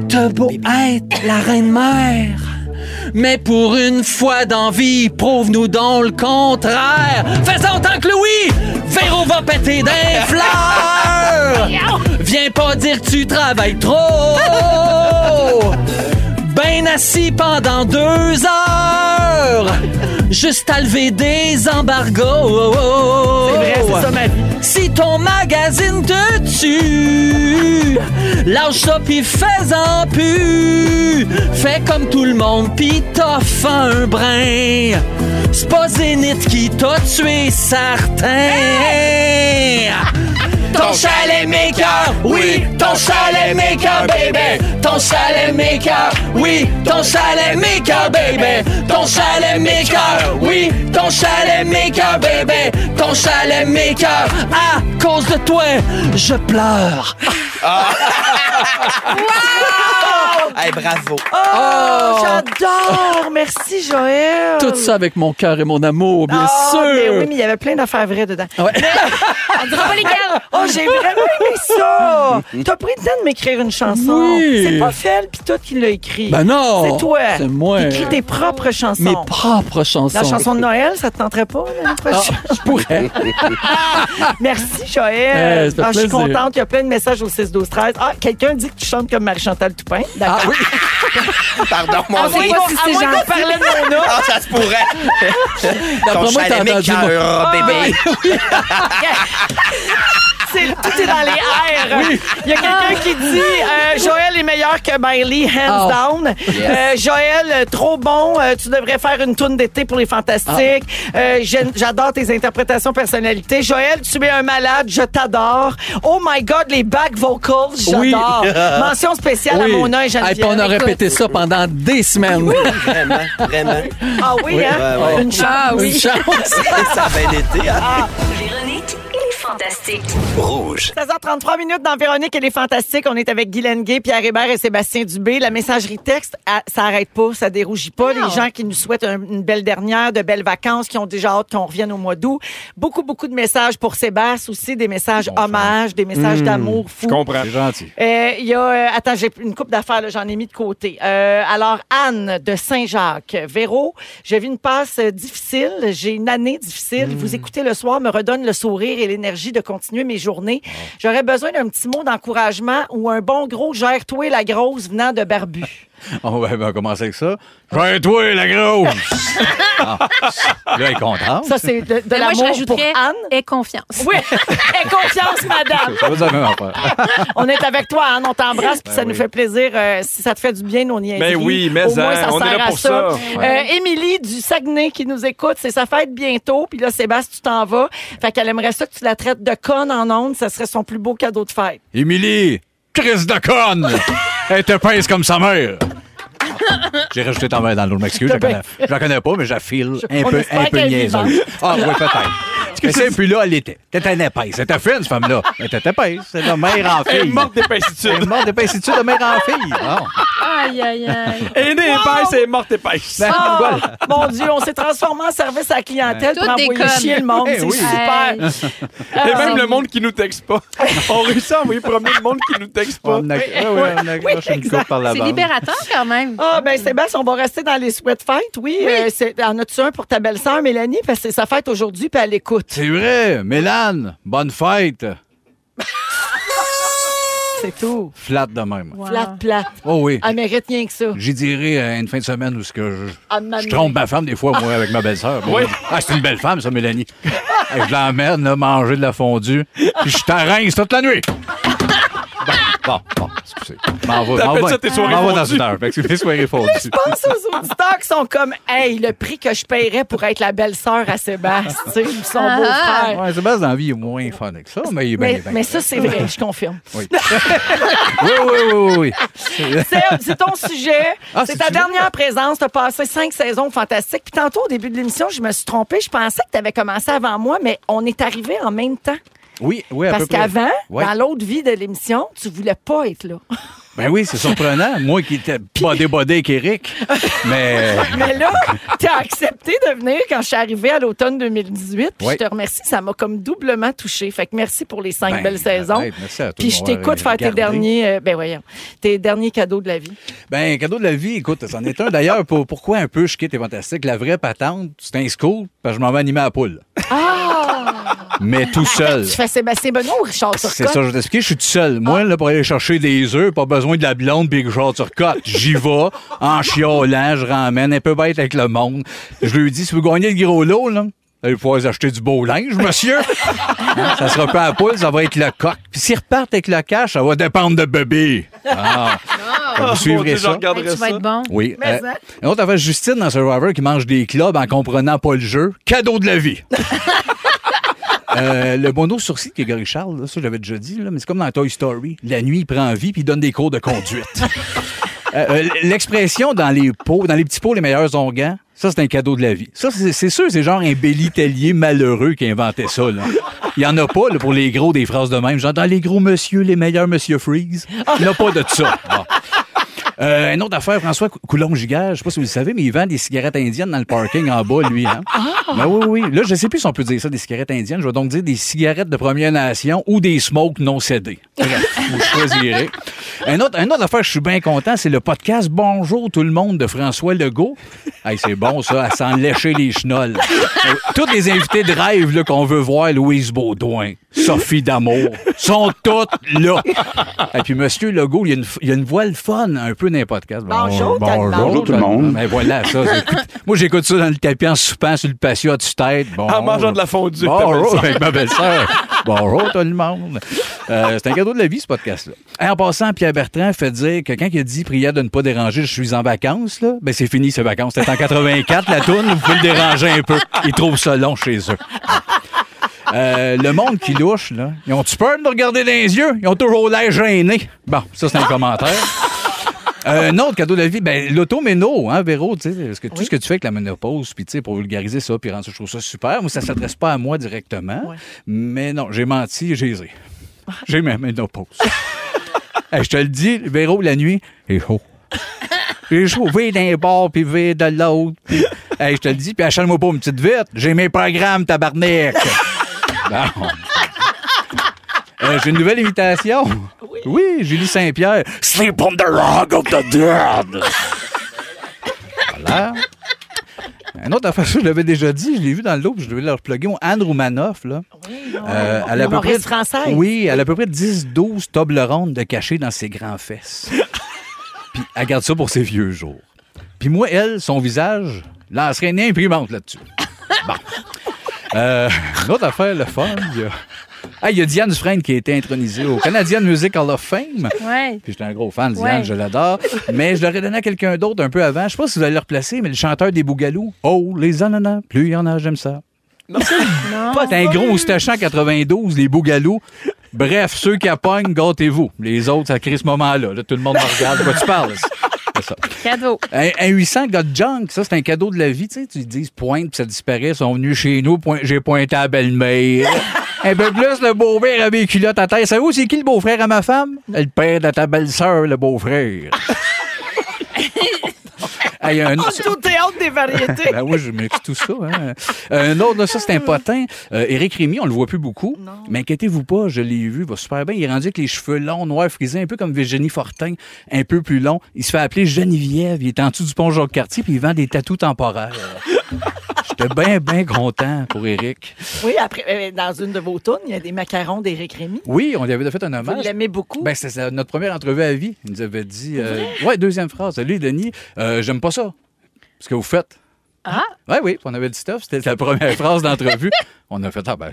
H: T'as beau être la reine mère. Mais pour une fois d'envie, prouve-nous donc le contraire. Fais-en tant que Louis, Véro va péter des fleurs. Viens pas dire que tu travailles trop. Ben assis pendant deux heures. Juste à lever des embargos.
J: Oh.
H: Si ton magazine te tue, lâche ça pis fais-en plus. Fais comme tout le monde pis t'offre un brin. C'est pas Zénith qui t'a tué, certain. Ton chalet maker, oui, ton chalet maker, baby. Ton chalet maker, oui, ton chalet maker, baby. Ton chalet maker, oui, ton chalet maker, baby. Ton chalet maker, à cause de toi, je pleure.
G: Hey, bravo.
C: Oh, j'adore! Merci, Joël!
H: Tout ça avec mon cœur et mon amour, bien
C: Ah, mais
H: sûr. Ah
C: oui, mais il y avait plein d'affaires vraies dedans.
A: On dira pas les gars.
C: Oh, j'ai vraiment aimé ça! T'as pris le temps de m'écrire une chanson.
H: Oui.
C: C'est pas Fel puis toi qui l'a écrit.
H: Ben non,
C: C'est toi.
H: c'est moi.
C: Écris tes propres chansons.
H: Mes propres chansons.
C: La chanson de Noël, ça te tenterait pas l'année
H: Ah,
C: prochaine?
H: je pourrais.
C: Merci,
H: Eh,
C: Joël.
H: ça fait
C: Ah, je suis
H: plaisir.
C: contente. Il y a plein de messages au 6-12-13. Ah, quelqu'un dit que tu chantes comme Marie-Chantal Toupin. D'accord.
H: Ah oui.
G: Pardon, mon
I: Ah,
G: Dieu.
I: oui,
C: Bon,
I: si
C: à
I: c'est
C: moins
I: gentil.
C: qu'on parlait de mon
G: Ah, ça se pourrait. Ton
H: D'après moi, t'as
G: chalet
H: entendu
G: maker, bébé.
C: C'est, tout est dans les airs. Il y a quelqu'un qui dit euh, Joël est meilleur que Bailey, hands down. Euh, Joël, euh, trop bon. euh, tu devrais faire une tourne d'été pour les fantastiques. Euh, j'ai- j'adore tes interprétations personnalités. Joël, tu es un malade. Je t'adore. Oh my God, les back vocals.
H: Oui.
C: J'adore. Mention spéciale
H: Oui.
C: à Mona et
H: Hey, puis
C: Geneviève.
H: on a répété ça pendant des semaines.
G: Vraiment, vraiment.
C: Ah oui,
G: Oui,
C: hein?
G: ouais, ouais.
C: Une chance.
D: Ah
H: Une
D: oui.
H: chance.
G: ça a bien été, hein?
A: Véronique et les Fantastiques.
C: 16h33 minutes dans Véronique, elle est fantastique. On est avec Guylaine Gay, Pierre Hébert et Sébastien Dubé. La messagerie texte, ah, ça arrête pas, ça dérougit pas. Les gens qui nous souhaitent un- une belle dernière, de belles vacances, qui ont déjà hâte qu'on revienne au mois d'août. Beaucoup, beaucoup de messages pour Sébastien aussi, des messages hommages, des messages d'amour fou.
E: Je comprends.
J: C'est gentil.
C: Euh, Il y a, euh, attends, j'ai une coupe d'affaires, là, j'en ai mis de côté. Euh, alors, Anne de Saint-Jacques. Véro, j'ai vu une passe euh, difficile, j'ai une année difficile. Vous écoutez le soir, me redonne le sourire et l'énergie de continuer mes journées. J'aurais besoin d'un petit mot d'encouragement ou un bon gros gère-toi la grosse venant de Barbu.
J: On va, on va commencer avec ça. Gère-toi, la grosse! Ah, là, elle est contente.
C: Ça, c'est de, de
I: Mais moi,
C: l'amour
I: je
C: pour
I: rajouterais
C: Anne.
I: aie
H: Ah.
I: confiance.
C: Oui, aie confiance, madame.
J: Ça veut dire la même affaire.
C: On est avec toi, Anne. On t'embrasse, puis ça nous fait plaisir. euh, si ça te fait du bien, nos niaiseries.
E: Ben oui, mais
C: Au moins,
E: hein,
C: ça
E: on est
C: sert
E: là
C: à
E: pour
C: ça.
E: ça.
C: Euh, Émilie du Saguenay qui nous écoute, c'est sa fête bientôt. Puis là, Sébastien, tu t'en vas. Fait qu'elle aimerait ça que tu la traites de conne en ondes. Ça serait son plus beau cadeau de fête.
J: Émilie, crise de conne! Elle te pince comme sa mère! J'ai rajouté ta mère dans l'eau, je m'excuse. Je la connais, je la connais pas, mais je la file un
C: on
J: peu,
C: espère
J: un peu
C: qu'elle est
J: niaiseuse.
C: vivante.
J: Ah, oui, peut-être. Mais c'est puis là, elle l'était. T'étais une épaisse. C'était fine, cette femme-là. Elle était épaisse. C'est de mère en fille.
E: Elle est morte
J: Elle est
E: d'épaissitude.
J: morte d'épaissitude de mère en fille. Ah.
K: Aïe, aïe, aïe.
E: Et des épaisse, et morte épaisse.
C: Ah,
E: Voilà.
C: Mon Dieu, on s'est transformé en service à la clientèle
K: Tout
C: pour envoyer
K: déconne.
C: chier le monde.
E: Eh
C: c'est
E: oui.
C: super.
E: Et même le monde qui nous texte pas. On réussit à envoyer promener le monde qui nous texte pas.
J: On a- ouais, ouais, on accroche une coupe par la
K: C'est
J: bande.
K: libérateur quand même.
C: Ah, ben Sébastien, on va rester dans les sweat fights, oui. Euh, c'est- en as-tu un pour ta belle-sœur, Mélanie? Parce que c'est sa fête aujourd'hui, puis elle écoute.
J: C'est vrai, Mélane, bonne fête.
C: C'est tout.
J: Flat de même.
C: Flat, plate.
J: Oh oui.
C: Elle mérite rien que ça.
J: J'y dirais euh, une fin de semaine où ce que je,
C: Ah, maman.
J: je trompe ma femme des fois, moi, avec ma belle-sœur.
E: Oui.
J: Ah, c'est une belle femme, ça, Mélanie. Et je l'emmène là, manger de la fondue, puis je t'arrince toute la nuit. Bon, bon, bon excusez. M'en va, m'en
E: T'appelles
J: va,
E: ça tes soirées
J: m'en va dans
E: fondues?
J: une heure. Fait que c'est mes soirées fondues.
C: Je pense aux auditeurs qui sont comme, hey, le prix que je paierais pour être la belle-sœur à Sébastien, tu sais, ou son
K: Ah,
C: beau-frère.
J: Ouais, Ben, Sébastien, dans la vie, il est moins fun que ça, mais il est bien.
C: Mais,
J: bien.
C: mais ça, c'est vrai, je confirme.
J: Oui. oui, oui, oui, oui. oui.
C: C'est c'est ton sujet.
J: Ah,
C: c'est
J: c'est
C: ta
J: celui-là.
C: dernière présence. Tu as passé cinq saisons fantastiques. Puis tantôt, au début de l'émission, je me suis trompée. Je pensais que tu avais commencé avant moi, mais on est arrivé en même temps.
J: Oui, oui, à
C: Parce
J: peu près.
C: qu'avant,
J: Ouais.
C: dans l'autre vie de l'émission, tu voulais pas être là.
J: Ben oui, c'est surprenant. Moi qui étais bodé-bodé avec Eric. Mais.
C: Mais là, tu as accepté de venir quand je suis arrivée à l'automne 2018. Puis
J: Ouais.
C: je te remercie, ça m'a comme doublement touchée. Fait que merci pour les cinq
J: Ben,
C: belles saisons.
J: arrête, merci à toi
C: Puis je
J: de
C: t'écoute
J: m'avoir
C: faire tes
J: gardé.
C: derniers, euh, ben voyons, tes derniers cadeaux de la vie.
J: Ben, cadeau de la vie, écoute, c'en est un. D'ailleurs, pour- pourquoi un peu je quitte et fantastique? La vraie patente, c'est un scoop, parce que je m'en vais animer à la poule. Mais tout seul.
C: Tu fais Sébastien Benoît ou Richard
J: C'est
C: Turcotte?
J: ça, je vais t'expliquer, je suis tout seul. Moi, là, pour aller chercher des œufs, pas besoin de la blonde puis Richard Turcotte. J'y vais, en chiolant, je ramène, un peu bête avec le monde. Je lui dis, si vous gagnez le gros lot, là, vous allez pouvoir acheter du beau linge, monsieur. Hein, ça sera pas à poule, ça va être le coq. Puis s'ils repartent avec le cash, ça va dépendre de bébé. Ah. Vous
E: Oh, Mon
J: suivrez
E: Dieu, je
J: ça.
K: Hey,
E: regarderai
K: tu vas
E: ça.
K: être bon.
J: Oui.
C: Mais
J: euh, une autre affaire, Justine dans Survivor qui mange des clubs en comprenant pas le jeu. Cadeau de la vie. Euh, le bono sourcil qui est Gary Charles, là, ça j'avais déjà dit, là, mais c'est comme dans Toy Story. La nuit, il prend vie puis il donne des cours de conduite. Euh, euh, L'expression dans les pots, dans les petits pots, les meilleurs onguents, ça c'est un cadeau de la vie. Ça, c'est c'est sûr, c'est genre un bélitélier malheureux qui inventait ça. Là. Il n'y en a pas là, pour les gros des phrases de même, genre dans les gros monsieur, les meilleurs monsieur Freeze. Il n'y a pas de ça. Bon. Euh, une autre affaire, François Cou- Coulon-Gigard, je sais pas si vous le savez, mais il vend des cigarettes indiennes dans le parking en bas, lui. Hein? Ben oui, oui. Là, je sais plus si on peut dire ça, des cigarettes indiennes. Je vais donc dire des cigarettes de Première Nation ou des smokes non cédés. Bref, vous choisirez. Un autre, un autre affaire, je suis bien content, c'est le podcast Bonjour tout le monde de François Legault. Hey, c'est bon, ça, à s'en lécher les chenolles. Euh, Tous les invités de rêve là, qu'on veut voir, Louise Baudouin, Sophie D'Amour, sont toutes là. Et puis, Monsieur Legault, il y a une, f- il y a une voix le fun un peu dans les podcasts.
C: Bonjour, Bonjour,
J: Bonjour tout le monde. Ben voilà, ça. j'écoute- Moi, j'écoute ça dans le tapis en soupant sur le patio à tue-tête. Bon,
E: En mangeant de la fondue.
J: Bonjour
E: t'appelles ça.
J: avec ma belle-sœur. Bonjour tout le monde. Euh, c'est un cadeau de la vie, ce podcast-là. Et en passant, Pierre Bertrand fait dire que quand il a dit prière de ne pas déranger, je suis en vacances, là, ben c'est fini ces vacances. C'était en 84, la tourne, vous pouvez le déranger un peu. Ils trouvent ça long chez eux. Euh, le monde qui louche, là, ils ont-tu peur de nous regarder dans les yeux? Ils ont toujours l'air gênés. Bon, ça, c'est un commentaire. Euh, un autre cadeau de la vie, ben, l'automéno, hein, Véro, tu sais, parce que tout ce que tu fais avec la ménopause, puis tu sais, pour vulgariser ça, puis rendre ça, je trouve ça super. Moi, ça s'adresse pas à moi directement, mais non, j'ai menti, j'ai zé. J'ai ma ménopause. Hey, je te le dis, Véro, la nuit, il est chaud. J'ai chaud, vire d'un bord, puis vire de l'autre. puis- Hey, je te le dis, puis achète-moi pas une petite vite, j'ai mes programmes, tabarnak. Bon. Euh, j'ai une nouvelle invitation. Oui, Julie Saint-Pierre. Sleep on the rug of the dead. voilà. Un autre affaire, je l'avais déjà dit, je l'ai vu dans le lot, puis je devais leur plugger. Anne Roumanoff, là. Euh, elle a à peu près-
C: Humoriste française.
J: Oui, elle a à peu près 10-12 tables rondes de cachées dans ses grands fesses. Puis elle garde ça pour ses vieux jours. Puis moi, elle, son visage, là, elle serait une imprimante là-dessus. Bon. Euh, une autre affaire, le fun, il y a... Ah, il y a Diane Dufresne qui a été intronisée au Canadian Music Hall of Fame.
K: Ouais.
J: Puis j'étais un gros fan de
K: Ouais.
J: Diane, je l'adore. Mais je l'aurais donné à quelqu'un d'autre un peu avant. Je sais pas si vous allez le replacer, mais le chanteur des Bougalous. Oh, les ananas, plus il y en a, j'aime ça.
K: Non.
J: Pas un gros station en 92, les Bougalous. Bref, ceux qui appognent, gâtez-vous. Les autres, ça crée ce moment-là. Là, tout le monde me regarde. De quoi tu parles? C'est ça.
K: Cadeau.
J: Un, un 800 got junk, ça, c'est un cadeau de la vie. Tu sais, tu dis pointe, puis ça disparaît. Ils sont venus chez nous, point- j'ai pointé à la belle-mère. un peu plus, le beau-père avait les culottes à terre. C'est où, c'est qui le beau-frère à ma femme? Le père de ta belle-sœur, le beau-frère. Hey, un-
C: On joue au théâtre des variétés.
J: ben oui, je mixe tout ça. hein. Euh, Un autre, là, ça, c'est un potin. Euh, Éric Rémy, on le voit plus beaucoup. Mais inquiétez-vous pas, je l'ai vu, il va super bien. Il est rendu avec les cheveux longs, noirs, frisés, un peu comme Virginie Fortin, un peu plus long. Il se fait appeler Geneviève. Il est en dessous du pont Jacques-Cartier, puis il vend des tatous temporaires. J'étais bien, bien content pour Éric.
C: Oui, après, euh, dans une de vos tunes, il y a des macarons d'Éric Rémy.
J: Oui, on lui avait fait un hommage.
C: Vous l'aimez beaucoup.
J: Ben, c'est ça, notre première entrevue à vie. Il nous avait dit. euh, ouais, deuxième phrase. Salut, Denis. Euh, J'aime pas ça. Ce que vous faites.
K: Ah!
J: Oui, oui, puis on avait du stuff. C'était la première phrase d'entrevue. on a fait, ah ben,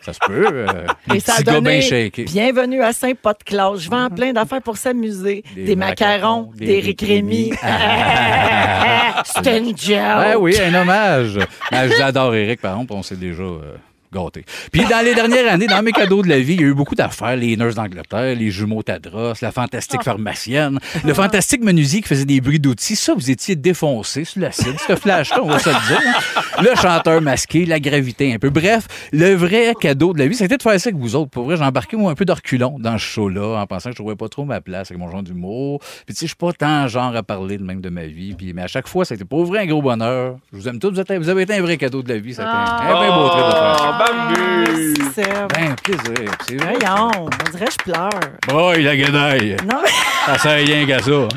J: ça se peut. euh,
C: Et
J: les
C: ça a
J: petits gars bien Mhm.
C: donné
J: shakés.
C: Bienvenue à Saint-Pas-de-Classe. Je vends plein d'affaires pour s'amuser. Des, macarons, d'Éric Rémy. C'était une joke.
J: Ouais, Ben Eh oui, un hommage. Ben, je l'adore, Eric, par exemple, on s'est déjà. euh, gâtés. Puis dans les dernières années, dans mes cadeaux de la vie, il y a eu beaucoup d'affaires. Les nurses d'Angleterre, les jumeaux Tadros, la fantastique pharmacienne, le fantastique menuisier qui faisait des bruits d'outils. Ça, vous étiez défoncé sur l'acide. Ce flash-là, on va se le dire. hein. Le chanteur masqué, la gravité un peu. Bref, le vrai cadeau de la vie, c'était de faire ça avec vous autres. Pour vrai, j'ai embarqué moi un peu de reculon dans ce show-là en pensant que je trouvais pas trop ma place avec mon genre d'humour. Puis tu sais, je suis pas tant genre à parler de même de ma vie. Puis, mais à chaque fois, ça a été pour vrai un gros bonheur. Je vous aime tous. Vous, êtes- vous avez été un vrai cadeau de la vie. Ça a été un, un bien beau trip de faire.
E: Ah, bah. bambu!
C: Serge.
J: Ben, plaisir. C'est vrai.
C: Voyons, on dirait que je pleure.
J: Boy, la guenaille.
C: Non,
J: Ça sert à rien qu'à ça.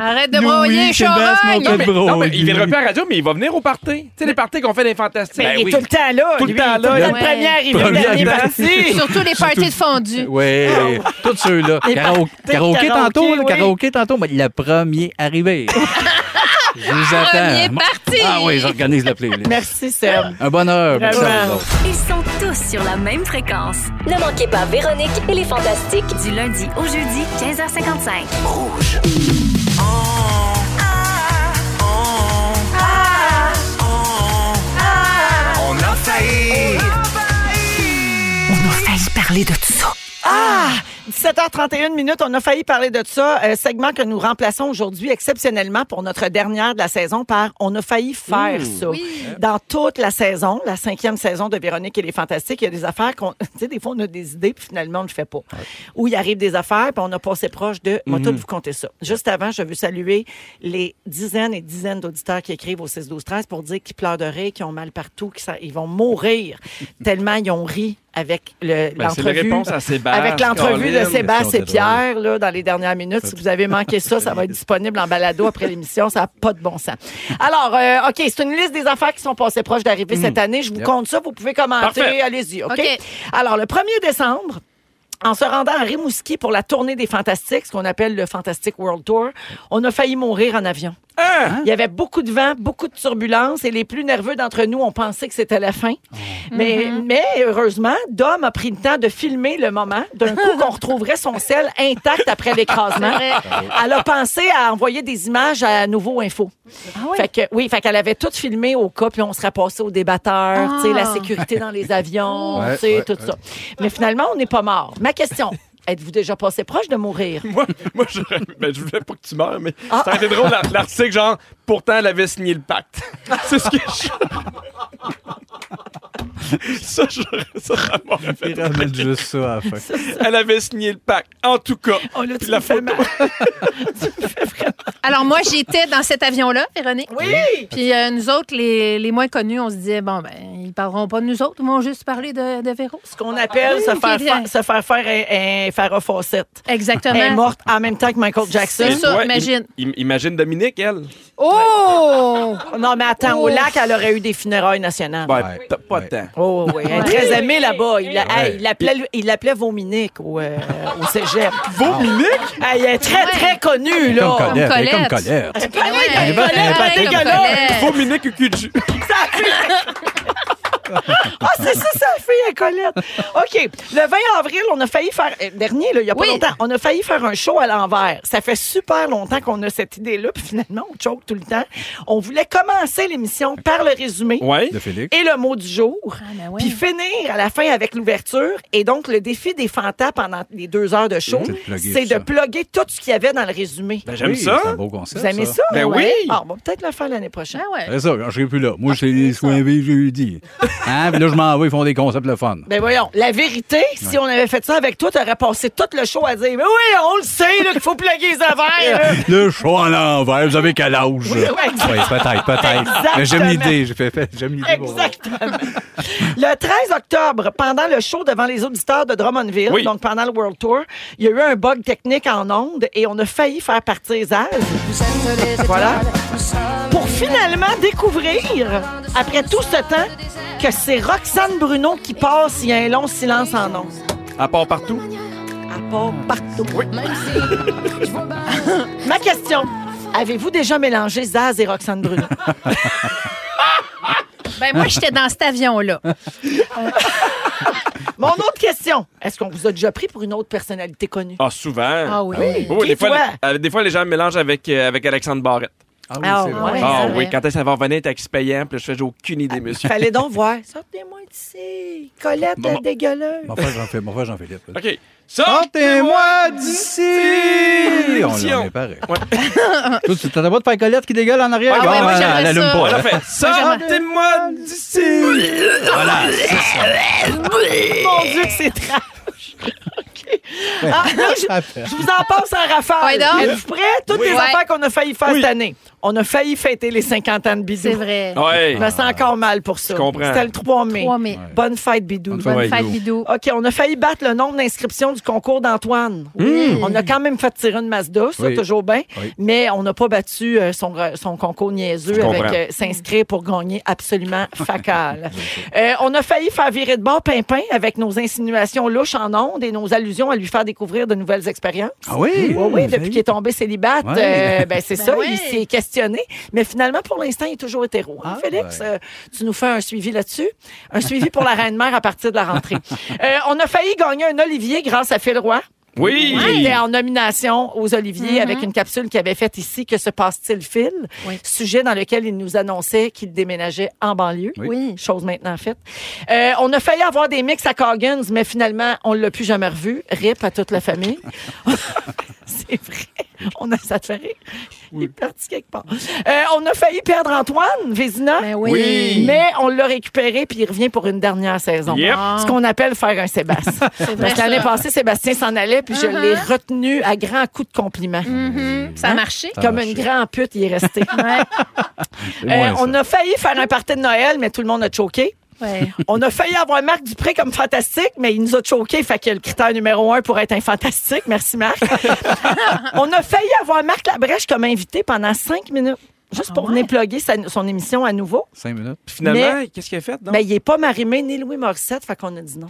K: Arrête de broyer, Chorogne!
E: Non, mais- non, mais il viendra plus à la radio, mais il va venir au party. Tu sais, les parties qu'on fait des fantastiques.
C: Mais il est tout le temps là.
E: Ben Tout le
C: lui.
E: temps
C: Il
E: là.
C: est tout le temps
K: Ouais.
C: premier arrivé,
J: Premier
C: dernier
J: arrivé.
C: parti.
K: Surtout les parties de fondue.
J: Oui,
C: Oh.
J: tous ceux-là.
C: Les
J: Karaoke,
C: parties de
J: karaoké
C: karaoké,
J: tantôt, là,
C: oui.
J: karaoké tantôt. Ben, le premier arrivé. Je vous attends.
K: Premier parti.
J: Ah oui, j'organise la playlist.
C: Merci, Seb.
J: Un bonheur. Merci à vous
C: Vraiment.
J: autres.
A: Ils sont tous sur la même fréquence.
B: Ne manquez pas Véronique et les Fantastiques.
A: Du lundi au jeudi, 15h55.
L: On a failli.
C: On a failli parler de tout ça. Ah! 17h31 minutes, on a failli parler de ça. Euh, segment que nous remplaçons aujourd'hui exceptionnellement pour notre dernière de la saison par On a failli faire ça. Dans toute la saison, la cinquième saison de Véronique et les Fantastiques, il y a des affaires qu'on. Tu sais, des fois, on a des idées, puis finalement, on ne le fait pas. Ou il arrive des affaires, puis on a passé proche de. Moi, tout vous comptez ça. Juste avant, je veux saluer les dizaines et dizaines d'auditeurs qui écrivent au 6 12 13 pour dire qu'ils pleurent de rire, qu'ils ont mal partout, qu'ils s'en- ils vont mourir tellement ils ont ri avec le-
E: Ben, c'est les
C: l'entrevue.
E: réponses à Sébastien.
C: Avec l'entrevue de
E: Caroline.
C: Sébastien et
J: Question de
C: Pierre là, dans les dernières minutes. Si vous avez manqué ça, ça va être disponible en balado après l'émission. Ça n'a pas de bon sens. Alors, euh, OK, c'est une liste des affaires qui sont passées proches d'arriver cette année. Je vous
J: Yep.
C: compte ça. Vous pouvez commenter.
E: Hmm. Parfait.
C: Allez-y. OK?
K: OK.
C: Alors, le 1er décembre, en se rendant à Rimouski pour la tournée des Fantastiques, ce qu'on appelle le Fantastic World Tour, on a failli mourir en avion. Il y avait beaucoup de vent, beaucoup de turbulences et les plus nerveux d'entre nous, on pensait que c'était la fin. Mais, mais heureusement, Dom a pris le temps de filmer le moment. D'un coup, qu'on retrouverait son sel intact après l'écrasement. Elle a pensé à envoyer des images à Nouveau Info. Fait que, Ah oui, fait qu'elle avait tout filmé au cas, puis on serait passé aux débatteurs, tu sais, la sécurité dans les avions,
J: Ouais,
C: tu sais,
J: ouais,
C: tout ça. Mais finalement, on n'est pas mort. Ma question, êtes-vous déjà passé proche de mourir?
E: Moi, moi je, ben, je voulais pas que tu meurs, mais ça a été drôle, la- l'article, genre, pourtant, elle avait signé le pacte. C'est ce que je. ça, je. Ça, ça m'aurait fait.
J: ramène juste ça à la fin.
E: Elle avait signé le pacte. En tout cas.
C: Oh là, tu
E: Puis la
C: me fais
E: photo.
C: mal.
K: Alors moi, j'étais dans cet avion-là, Véronique.
C: Oui!
K: Puis euh, nous autres, les, les moins connus, on se disait, bon, ben, ils parleront pas de nous autres, ils vont juste parler de, de Véro.
C: Ce qu'on appelle se,
K: Oui,
C: faire
K: Ah, bien.
C: fa- se faire faire un, un Farrah Fawcett.
K: Exactement.
C: Elle est morte en même temps que Michael
K: C'est
C: Jackson.
K: ça,
E: Ouais, im-
K: imagine.
E: im- imagine Dominique, elle.
K: Oh!
C: Non, mais attends, au
K: Ouf.
C: lac, elle aurait eu des funérailles nationales.
E: Ben,
J: Ouais.
E: t'as pas
J: Ouais.
E: de temps.
C: Oh, oui. Elle est très aimée là-bas. Il la-
J: Ouais.
C: hey, il l'appelait il l'appelait Vominique au, euh, au cégep.
E: Dominique?
C: Hey, elle est très, très
J: Comme
C: connue, là.
J: Colette. elle est Comme
K: Colette.
J: Colette.
K: Ben ouais,
C: Elle
K: ben
C: volait,
K: ouais,
C: pas
K: comme
C: dégueulasse.
K: Colette.
E: Dominique au cul de jus.
C: Ah, c'est ça, ça, la fille à Colette. OK. Le 20 avril, on a failli faire. euh, Dernier, là, il n'y a pas
K: Oui.
C: longtemps, on a failli faire un show à l'envers. Ça fait super longtemps qu'on a cette idée-là, puis finalement, on choke tout le temps. On voulait commencer l'émission par le résumé.
E: Ouais.
J: De Félix.
C: Et le mot du jour.
K: ben ouais.
C: Puis finir à la fin avec l'ouverture. Et donc, le défi des fantas pendant les deux heures de show,
J: C'est de plugger
C: c'est
J: tout
C: de
J: ça.
C: plugger tout ce qu'il y avait dans le résumé.
E: Ben, j'aime
J: Oui,
E: ça.
J: C'est un beau concept.
C: Vous aimez ça?
E: Ben
C: ouais?
E: oui.
C: Ah, on va peut-être le faire l'année prochaine.
K: Ah ouais.
C: Ah,
J: C'est ça, quand je serai plus là. Moi, je suis les soins jeudi. Hein? Puis là, je m'en vais, ils font des concepts le fun. fun.
C: Ben voyons, la vérité, si on avait fait ça avec toi, t'aurais passé tout le show à dire, mais oui, on le sait, là, qu'il faut plugger les affaires. là.
J: Le show à l'envers, vous avez quel âge?
C: Oui, ouais, exact-
J: peut-être, peut-être. Mais j'aime l'idée, j'ai fait, fait- j'aime l'idée. pour vrai.
C: Exactement. Le 13 octobre, pendant le show devant les auditeurs de Drummondville, donc pendant le World Tour, il y a eu un bug technique en onde et on a failli faire partir Zaz. Voilà. Pour finalement découvrir, après tout ce temps, que c'est Roxane Bruno qui passe il y a un long silence en onde.
E: À part partout.
C: À part partout. Ma question, avez-vous déjà mélangé Zaz et Roxane Bruno?
K: Ben, moi, j'étais dans cet avion-là.
C: Mon autre question. Est-ce qu'on vous a déjà pris pour une autre personnalité connue?
E: Ah, souvent.
C: Ah oui. Ah oui.
K: Ben,
C: Qui,
E: des, fois,
C: toi?
E: euh, des fois, les gens me mélangent avec, euh, avec Alexandre Barrette. Ah
C: oui, Ah c'est vrai. ouais,
E: Ah
C: c'est
E: oui,
C: vrai.
E: quand est-ce qu'elle va revenir, taxi payant, puis là, je fais, j'ai aucune idée, monsieur.
C: Fallait donc voir. Sortez-moi d'ici. Colette,
E: Bon.
C: la dégueuleuse.
J: Mon frère Jean-Philippe. Mon frère Jean-Philippe.
E: OK. Sortez-moi d'ici!
J: On l'a- on est pareil. Toi, tu t'attends pas de faire Colette qui dégueule en arrière?
E: Ah, ouais, moi,
J: elle-
E: j'aimerais
J: elle allume
E: ça.
J: pas.
E: On
J: là.
E: l'a fait. Sortez-moi d'ici!
J: Voilà, c'est ça.
E: Eh.
C: Mon Dieu, que c'est trash. OK. Ah, là, je, je vous en passe en
K: Ouais,
C: rafale.
K: donc.
C: Êtes-vous prêts? Toutes
K: Oui.
C: les
K: Ouais.
C: affaires qu'on a failli faire cette année. On a failli fêter les 50 ans de Bidou.
K: C'est vrai.
E: Ouais.
C: Je me sens encore mal pour ça.
E: Je comprends.
C: C'était le 3 mai.
K: 3 mai.
C: Bonne fête, Bidou.
E: Bonne fête, Bonne fête,
K: Bidou.
C: OK, on a failli battre le nombre d'inscriptions du concours d'Antoine. On a quand même fait tirer une Mazda, ça,
K: Hmm. Oui.
C: toujours bien.
K: Oui.
C: Mais on n'a pas battu euh, son, re- son concours niaiseux
K: Je
C: avec
K: comprends.
C: euh, s'inscrire pour gagner absolument facal. Euh, on a failli faire virer de bord Pimpin avec nos insinuations louches en ondes et nos allusions à lui faire découvrir de nouvelles expériences.
J: Ah oui?
C: Oui, oui, depuis qu'il est tombé célibataire,
J: Ouais.
C: ben, c'est
J: Ben
C: ça,
J: oui.
C: il s'est questionné. Mais finalement, pour l'instant, il est toujours hétéro. hein, Félix, Euh, tu nous fais un suivi là-dessus. Un suivi pour la reine-mère à partir de la rentrée. Euh, on a failli gagner un Olivier grâce à Phil Roy.
E: Oui.
C: Il était en nomination aux Oliviers avec une capsule qu'il avait faite ici, Que se passe-t-il, Phil? Sujet dans lequel il nous annonçait qu'il déménageait en banlieue. Oui. Chose maintenant faite. Euh, on a failli avoir des mix à Coggins, mais finalement, on ne l'a plus jamais revu. RIP à toute la famille. C'est vrai. On a ça te fait rire. Il est parti quelque part. Euh, on a failli perdre Antoine Vézina.
K: oui. Oui.
C: Mais on l'a récupéré puis il revient pour une dernière saison.
K: Yep.
C: Ce qu'on appelle faire un Sébastien.
K: vrai,
C: Parce que l'année
K: ça.
C: passée, Sébastien s'en allait puis je
K: Uh-huh.
C: l'ai retenu à grands coups de compliments.
K: Ça a
C: Hein?
K: marché. Ça a
C: Comme
K: marché.
C: une grande pute, il est resté.
K: C'est
C: Euh,
K: moins
C: on a failli faire un party de Noël, mais tout le monde a choqué.
K: Ouais.
C: On a failli avoir Marc Dupré comme fantastique, mais il nous a choqué. Fait que le critère numéro un pour être un fantastique. Merci, Marc. on a failli avoir Marc Labrèche comme invité pendant cinq minutes.
K: Ah
C: Juste pour venir plugger sa- son émission à nouveau.
J: Cinq minutes.
E: Finalement,
C: Mais-
E: qu'est-ce qu'il a fait? donc?
M: Ben,
C: Mais il n'est pas Marimé ni Louis Morissette, fait qu'on a dit non.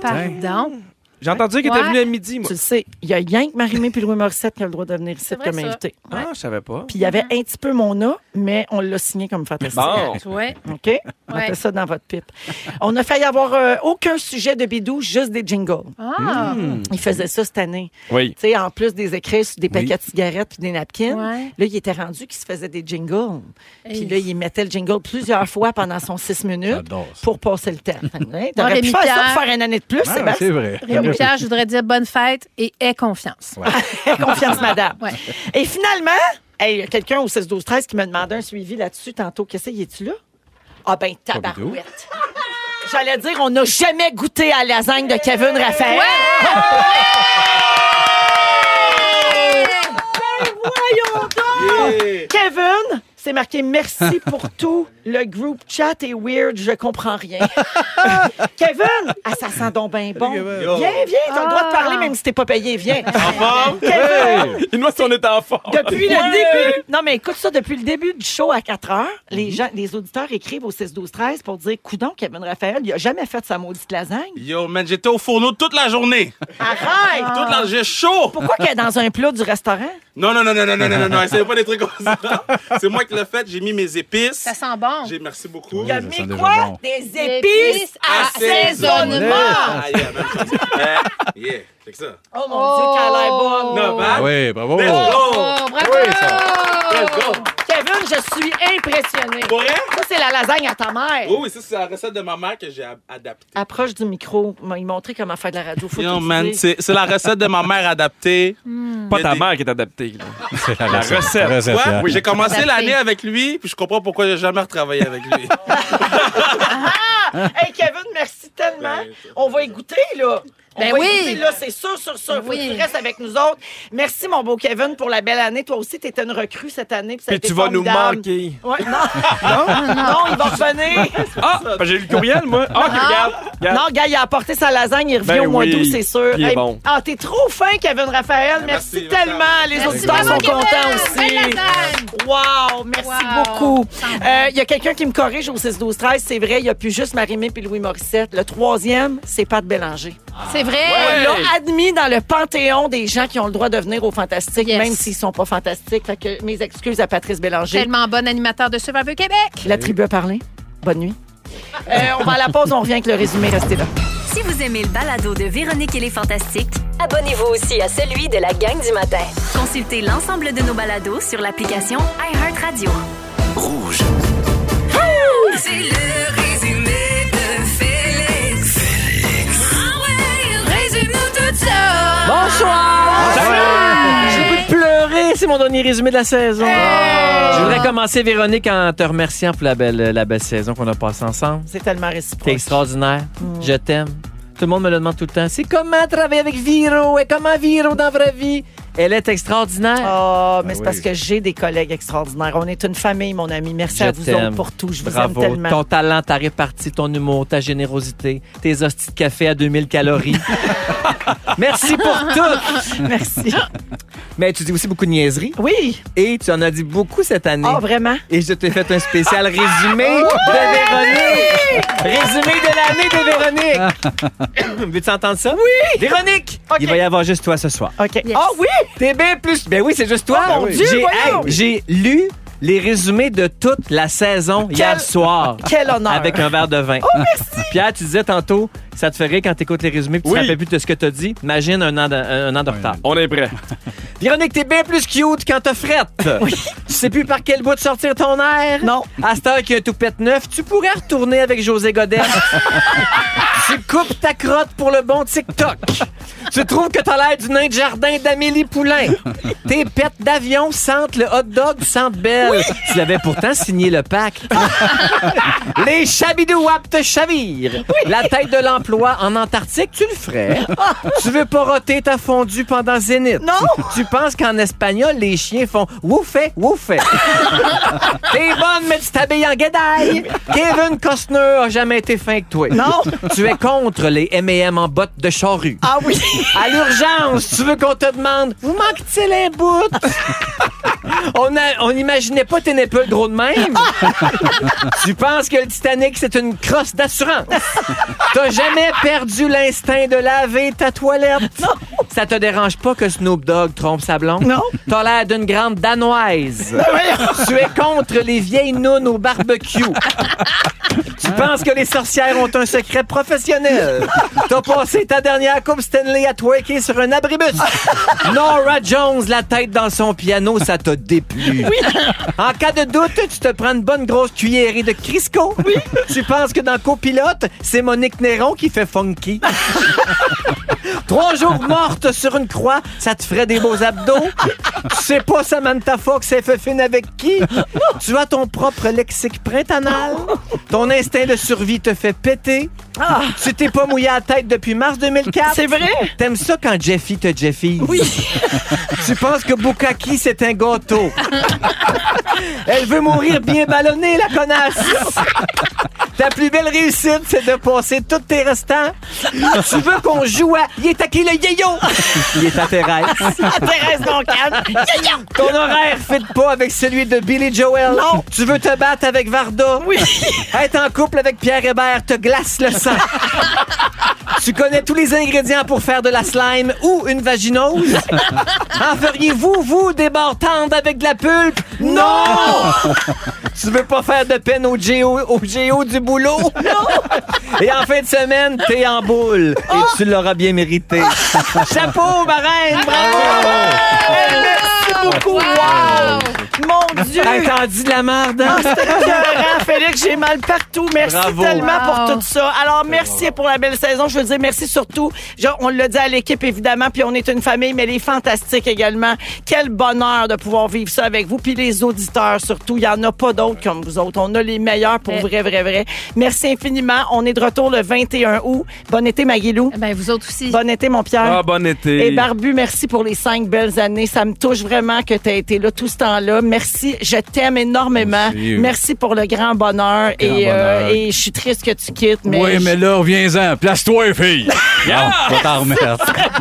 K: Pardon?
E: J'ai entendu qu'il était venu à midi, moi.
C: Tu le sais, il y a rien que Marimé puis Louis Morissette qui a le droit de venir ici
E: vrai,
C: comme
E: ça.
C: invité.
E: Ah, je savais pas.
C: Puis il y avait
K: Mm-hmm.
C: un petit peu mon A, mais on l'a signé comme fantastique.
E: Bon.
K: Ouais.
C: OK? Mettez ça dans votre pipe. On a failli avoir euh, aucun sujet de bidou, juste des jingles.
K: Ah.
E: Mm.
C: Il faisait ça cette année.
E: Oui.
C: Tu sais, en plus des écrits sur des paquets de cigarettes puis des napkins,
K: Ouais.
C: là, il était rendu qu'il se faisait des jingles. Puis
K: Hey.
C: là, il mettait le jingle plusieurs fois pendant son six minutes pour passer le temps. Hein?
K: Moi,
C: T'aurais pu
K: Rémi
C: faire ça
K: Pierre.
C: pour faire une année de plus,
K: Ah,
C: Sébastien.
J: c'est vrai.
K: Rémi Pierre, je voudrais dire bonne fête et aie confiance.
C: Confiance, madame.
K: Ouais.
C: Et finalement, hey, il y a quelqu'un au 16-12-13 qui me demandait un suivi là-dessus tantôt. Qu'est-ce que c'est? Y es-tu là? Ah ben, tabarouette. J'allais dire, on n'a jamais goûté à la lasagne de Kevin Raphaël. Ben voyons donc! Kevin, c'est marqué merci pour tout. Le groupe chat est weird, je comprends rien. Kevin, ah, ça sent donc bien bon. Viens, viens, t'as le droit de parler même si t'es pas payé, viens.
E: En forme?
C: Kevin,
E: Hey! Il nous si on est en forme.
C: depuis
E: Ouais!
C: le début. Non, mais écoute ça, depuis le début du show à 4 heures, les, gens, les auditeurs écrivent au 6-12-13 pour dire Coudon, Kevin Raphaël, il a jamais fait sa maudite lasagne.
N: Yo, man, j'étais au fourneau toute la journée.
C: Arrête!
N: Toute la... Ah, J'ai chaud.
C: Pourquoi qu'elle est dans un plat du restaurant?
N: Non, non, non, non, non, non, non, non, non, essayez pas des trucs comme ça. C'est moi qui l'ai fait, j'ai mis mes épices.
K: Ça sent bon.
N: J'ai, merci beaucoup.
C: Il a mis quoi? Des épices
N: assaisonnées.
C: assaisonnement!
N: Ah, yeah, même chose. Euh, yeah, c'est ça.
C: Oh mon Dieu, qu'elle a l'air bonne!
N: Non, man.
J: Ah Oui, bravo.
N: Let's go.
C: bravo!
N: Oui, ça. Let's go.
C: Kevin, je suis impressionnée.
N: Pour vrai?
C: Ça, c'est la lasagne à ta mère.
N: Oui, oui, ça, c'est la recette de ma mère que j'ai a- adaptée.
C: Approche du micro. Il m'a montré comment faire de la radio. Faut
N: Yo,
C: tout
N: man,
C: dire.
N: c'est c'est la recette de ma mère adaptée.
M: Ah.
E: Pas ta
N: mère qui est adaptée.
J: C'est
E: La recette. recette.
N: Ouais,
E: Pierre.
N: oui, j'ai commencé
E: Adaptée.
N: l'année avec lui, puis je comprends pourquoi j'ai jamais retravaillé avec lui.
C: Hey, Kevin, merci tellement.
N: Ben,
C: on va y goûter, là. On
K: Ben
C: va y
K: oui.
C: goûter, là, c'est sûr, sûr, sûr. Faut que tu restes avec nous autres. Merci, mon beau Kevin, pour la belle année. Toi aussi, t'étais une recrue cette année. Puis, ça a
E: Puis
C: été
E: tu vas nous
C: formidable.
E: manquer.
C: Ouais, non. non. il va revenir.
E: Ah, ben, j'ai lu le courriel, moi. Ah, ok, regarde. regarde.
C: Non, gars, il a apporté sa lasagne, il revient
E: Ben
C: au mois
E: oui,
C: d'août, c'est sûr.
E: puis il est bon.
C: Ah, t'es trop fin, Kevin Raphaël. Merci, tellement. Les
E: Merci
C: auditeurs
E: vraiment,
C: sont
E: Kevin.
C: contents aussi.
E: Belle
C: Wow, merci beaucoup. Euh, Il y a quelqu'un qui me corrige au 6-12-13. C'est vrai, il n'y a plus juste Marie-Mé puis Louis Morissette. Le troisième, c'est Pat Bélanger.
K: C'est vrai.
C: On l'a admis dans le panthéon des gens qui ont le droit de venir au Fantastique, même s'ils sont pas fantastiques. Fait que mes excuses à Patrice Bélanger.
K: Tellement bon animateur de Survivor Québec.
C: La tribu a parlé. Bonne nuit. Euh, on va à la pause, on revient avec le résumé. Restez là.
A: Si vous aimez le balado de Véronique et les Fantastiques,
B: Abonnez-vous aussi à celui de la gang du matin.
A: consultez l'ensemble de nos balados sur l'application iHeartRadio.
L: Rouge. C'est le résumé de Félix. Félix. Ah ouais, résume-nous tout ça.
M: Bonsoir! J'ai le goût de pleurer, c'est mon dernier résumé de la saison. Je voudrais commencer, Véronique, en te remerciant pour la belle, la belle saison qu'on a passée ensemble.
C: C'est tellement
M: T'es
C: réciproque.
M: extraordinaire.
E: Mm.
M: Je t'aime. Tout le monde me le demande tout le temps. C'est comment travailler avec Viro et comment Viro dans la vraie vie. Elle est extraordinaire.
C: Ah, mais
M: Ah
C: c'est
M: oui.
C: parce que j'ai des collègues extraordinaires. On est une famille, mon ami. Merci
M: Je
C: à vous
M: t'aime.
C: autres pour tout. Je vous
M: Bravo.
C: aime tellement.
M: Ton talent, ta répartie, ton humour, ta générosité, tes hosties de café à 2000 calories. Merci pour tout.
C: Merci.
M: Mais tu dis aussi beaucoup de niaiseries.
C: Oui.
M: Et tu en as dit beaucoup cette année.
C: Ah, vraiment?
M: Et je t'ai fait un spécial résumé de Véronique. Résumé de l'année de Véronique. Veux-tu entendre ça? Oui. Véronique, il va y avoir juste toi ce soir.
C: OK. Ah oui!
M: T'es bien plus. Ben oui, c'est juste toi.
C: Oh, mon Dieu,
M: J'ai-
C: voyons.
M: J'ai lu les résumés de toute la saison hier soir.
C: quel honneur.
M: Avec un verre de vin.
C: Oh, merci.
M: Pierre, tu disais tantôt, ça te ferait quand t'écoutes les résumés puis tu
E: Oui.
M: te rappelles plus de ce que t'as dit. Imagine un an de, un an de retard.
E: On est prêt.
M: Véronique, t'es bien plus cute quand t'as frette. Tu sais plus par quel bout de sortir ton air. Non. À cette heure qu'il y a un toupette neuf, tu pourrais retourner avec José Godet. tu coupes ta crotte pour le bon TikTok. tu trouves que t'as l'air du nain de jardin d'Amélie Poulain. Tes pets d'avion sentent le hot dog du Centre Belle. Tu l'avais pourtant signé le pack. Les chabidouaps te chavirent. La tête de l'emploi en Antarctique, tu le ferais. tu veux pas roter ta fondue pendant Zénith. Non! Tu penses qu'en espagnol, les chiens font woufé, woufé. T'es bonne, mais tu t'habilles en guédaille. Kevin Costner a jamais été fin que toi.
L: Non.
M: Tu es contre les M&M en bottes de charrue.
C: Ah oui!
M: À l'urgence, tu veux qu'on te demande « Vous manque-t-il un bout? » On a- on n'imaginait pas tes népeules gros de même. tu penses que le Titanic, c'est une crosse d'assurance. T'as jamais perdu l'instinct de laver ta toilette. Ça te dérange pas que Snoop Dogg trompe sa blonde? Non. T'as l'air d'une grande danoise. tu es contre les vieilles nounes au barbecue. Tu penses que les sorcières ont un secret professionnel? T'as passé ta dernière Coupe Stanley à twerker sur un abribus. Nora Jones, la tête dans son piano, ça t'a déplu. En cas de doute, tu te prends une bonne grosse cuillerée de Crisco. Tu penses que dans Copilote, c'est Monique Néron qui fait funky. Trois jours morte sur une croix, ça te ferait des beaux abdos. Tu sais pas Samantha Fox elle fait fine avec qui. Tu as ton propre lexique printannal. Ton instinct de survie te fait péter. Tu t'es pas mouillé à la tête depuis mars 2004.
L: Ah. C'est vrai?
M: T'aimes ça quand Jeffy te Jeffy. Oui. tu penses que Bukaki, c'est un gâteau. Elle veut mourir bien ballonnée, la connasse. Ta plus belle réussite, c'est de passer tous tes restants. Tu veux qu'on joue à Il est à qui le yo Il est à Thérèse.
L: À Thérèse Duncan. Yé-yo!
M: Ton horaire fit pas avec celui de Billy Joel. Non. Tu veux te battre avec Varda. Oui. Être en couple avec Pierre Hébert te glace le sang. Tu connais tous les ingrédients pour faire de la slime ou une vaginose? En feriez-vous, vous, des barres tendres avec de la pulpe? Non! Tu veux pas faire de peine au géo, au géo du boulot? Non! Et en fin de semaine, t'es en boule. Et tu l'auras bien mérité. Chapeau, ma reine! Bravo! Merci beaucoup! Wow!
C: Mon Dieu!
M: Hey, t'en dis de la merde.
C: Ah, c'était écœurant, Félix. J'ai mal partout. Merci
M: Bravo.
C: tellement
M: Wow.
C: pour tout ça. Alors, merci pour la belle saison. Je veux dire merci surtout. Je- on l'a dit à l'équipe, évidemment, puis on est une famille, mais les fantastiques également. Quel bonheur de pouvoir vivre ça avec vous. Puis les auditeurs, surtout. Il n'y en a pas d'autres comme vous autres. On a les meilleurs pour
K: Mais-
C: vrai, vrai, vrai. Merci infiniment. On est de retour le 21 août. Bon été, Maguilou.
K: Ben, vous autres aussi.
C: Bon été, mon Pierre.
E: Ah, bon été.
C: Et Barbu, merci pour les cinq belles années. Ça me touche vraiment que tu aies été là tout ce temps-là. Merci. Je t'aime énormément.
J: Merci.
C: Merci pour le grand bonheur.
J: Grand
C: et, euh,
J: bonheur.
C: et je suis triste que tu quittes. Mais
J: oui,
C: je-
J: mais là, reviens-en. Place-toi, fille. Non, va t'en remettre.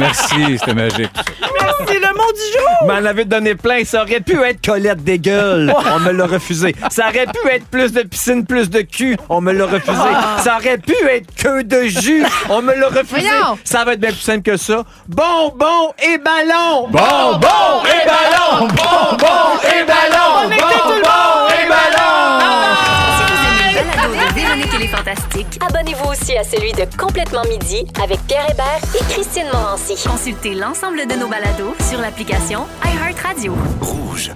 J: Merci, c'était magique.
C: Merci, le mot du jour.
M: M'en avait donné plein. Ça aurait pu être Colette des gueules. On me l'a refusé. Ça aurait pu être plus de piscine, plus de cul. On me l'a refusé. Ça aurait pu être queue de jus. On me l'a refusé.
L: Voyons.
M: Ça va être bien plus simple que ça. Bonbon et ballon.
C: Oh,
L: Bonbon
J: ben
L: et ballon, bonbon et ballon, bonbon et ballon.
B: balado de Véronique et les Fantastiques. Abonnez-vous aussi à celui de Complètement Midi avec Pierre Hébert et Christine Morancy.
A: Consultez l'ensemble de nos balados sur l'application iHeartRadio.
B: Rouge.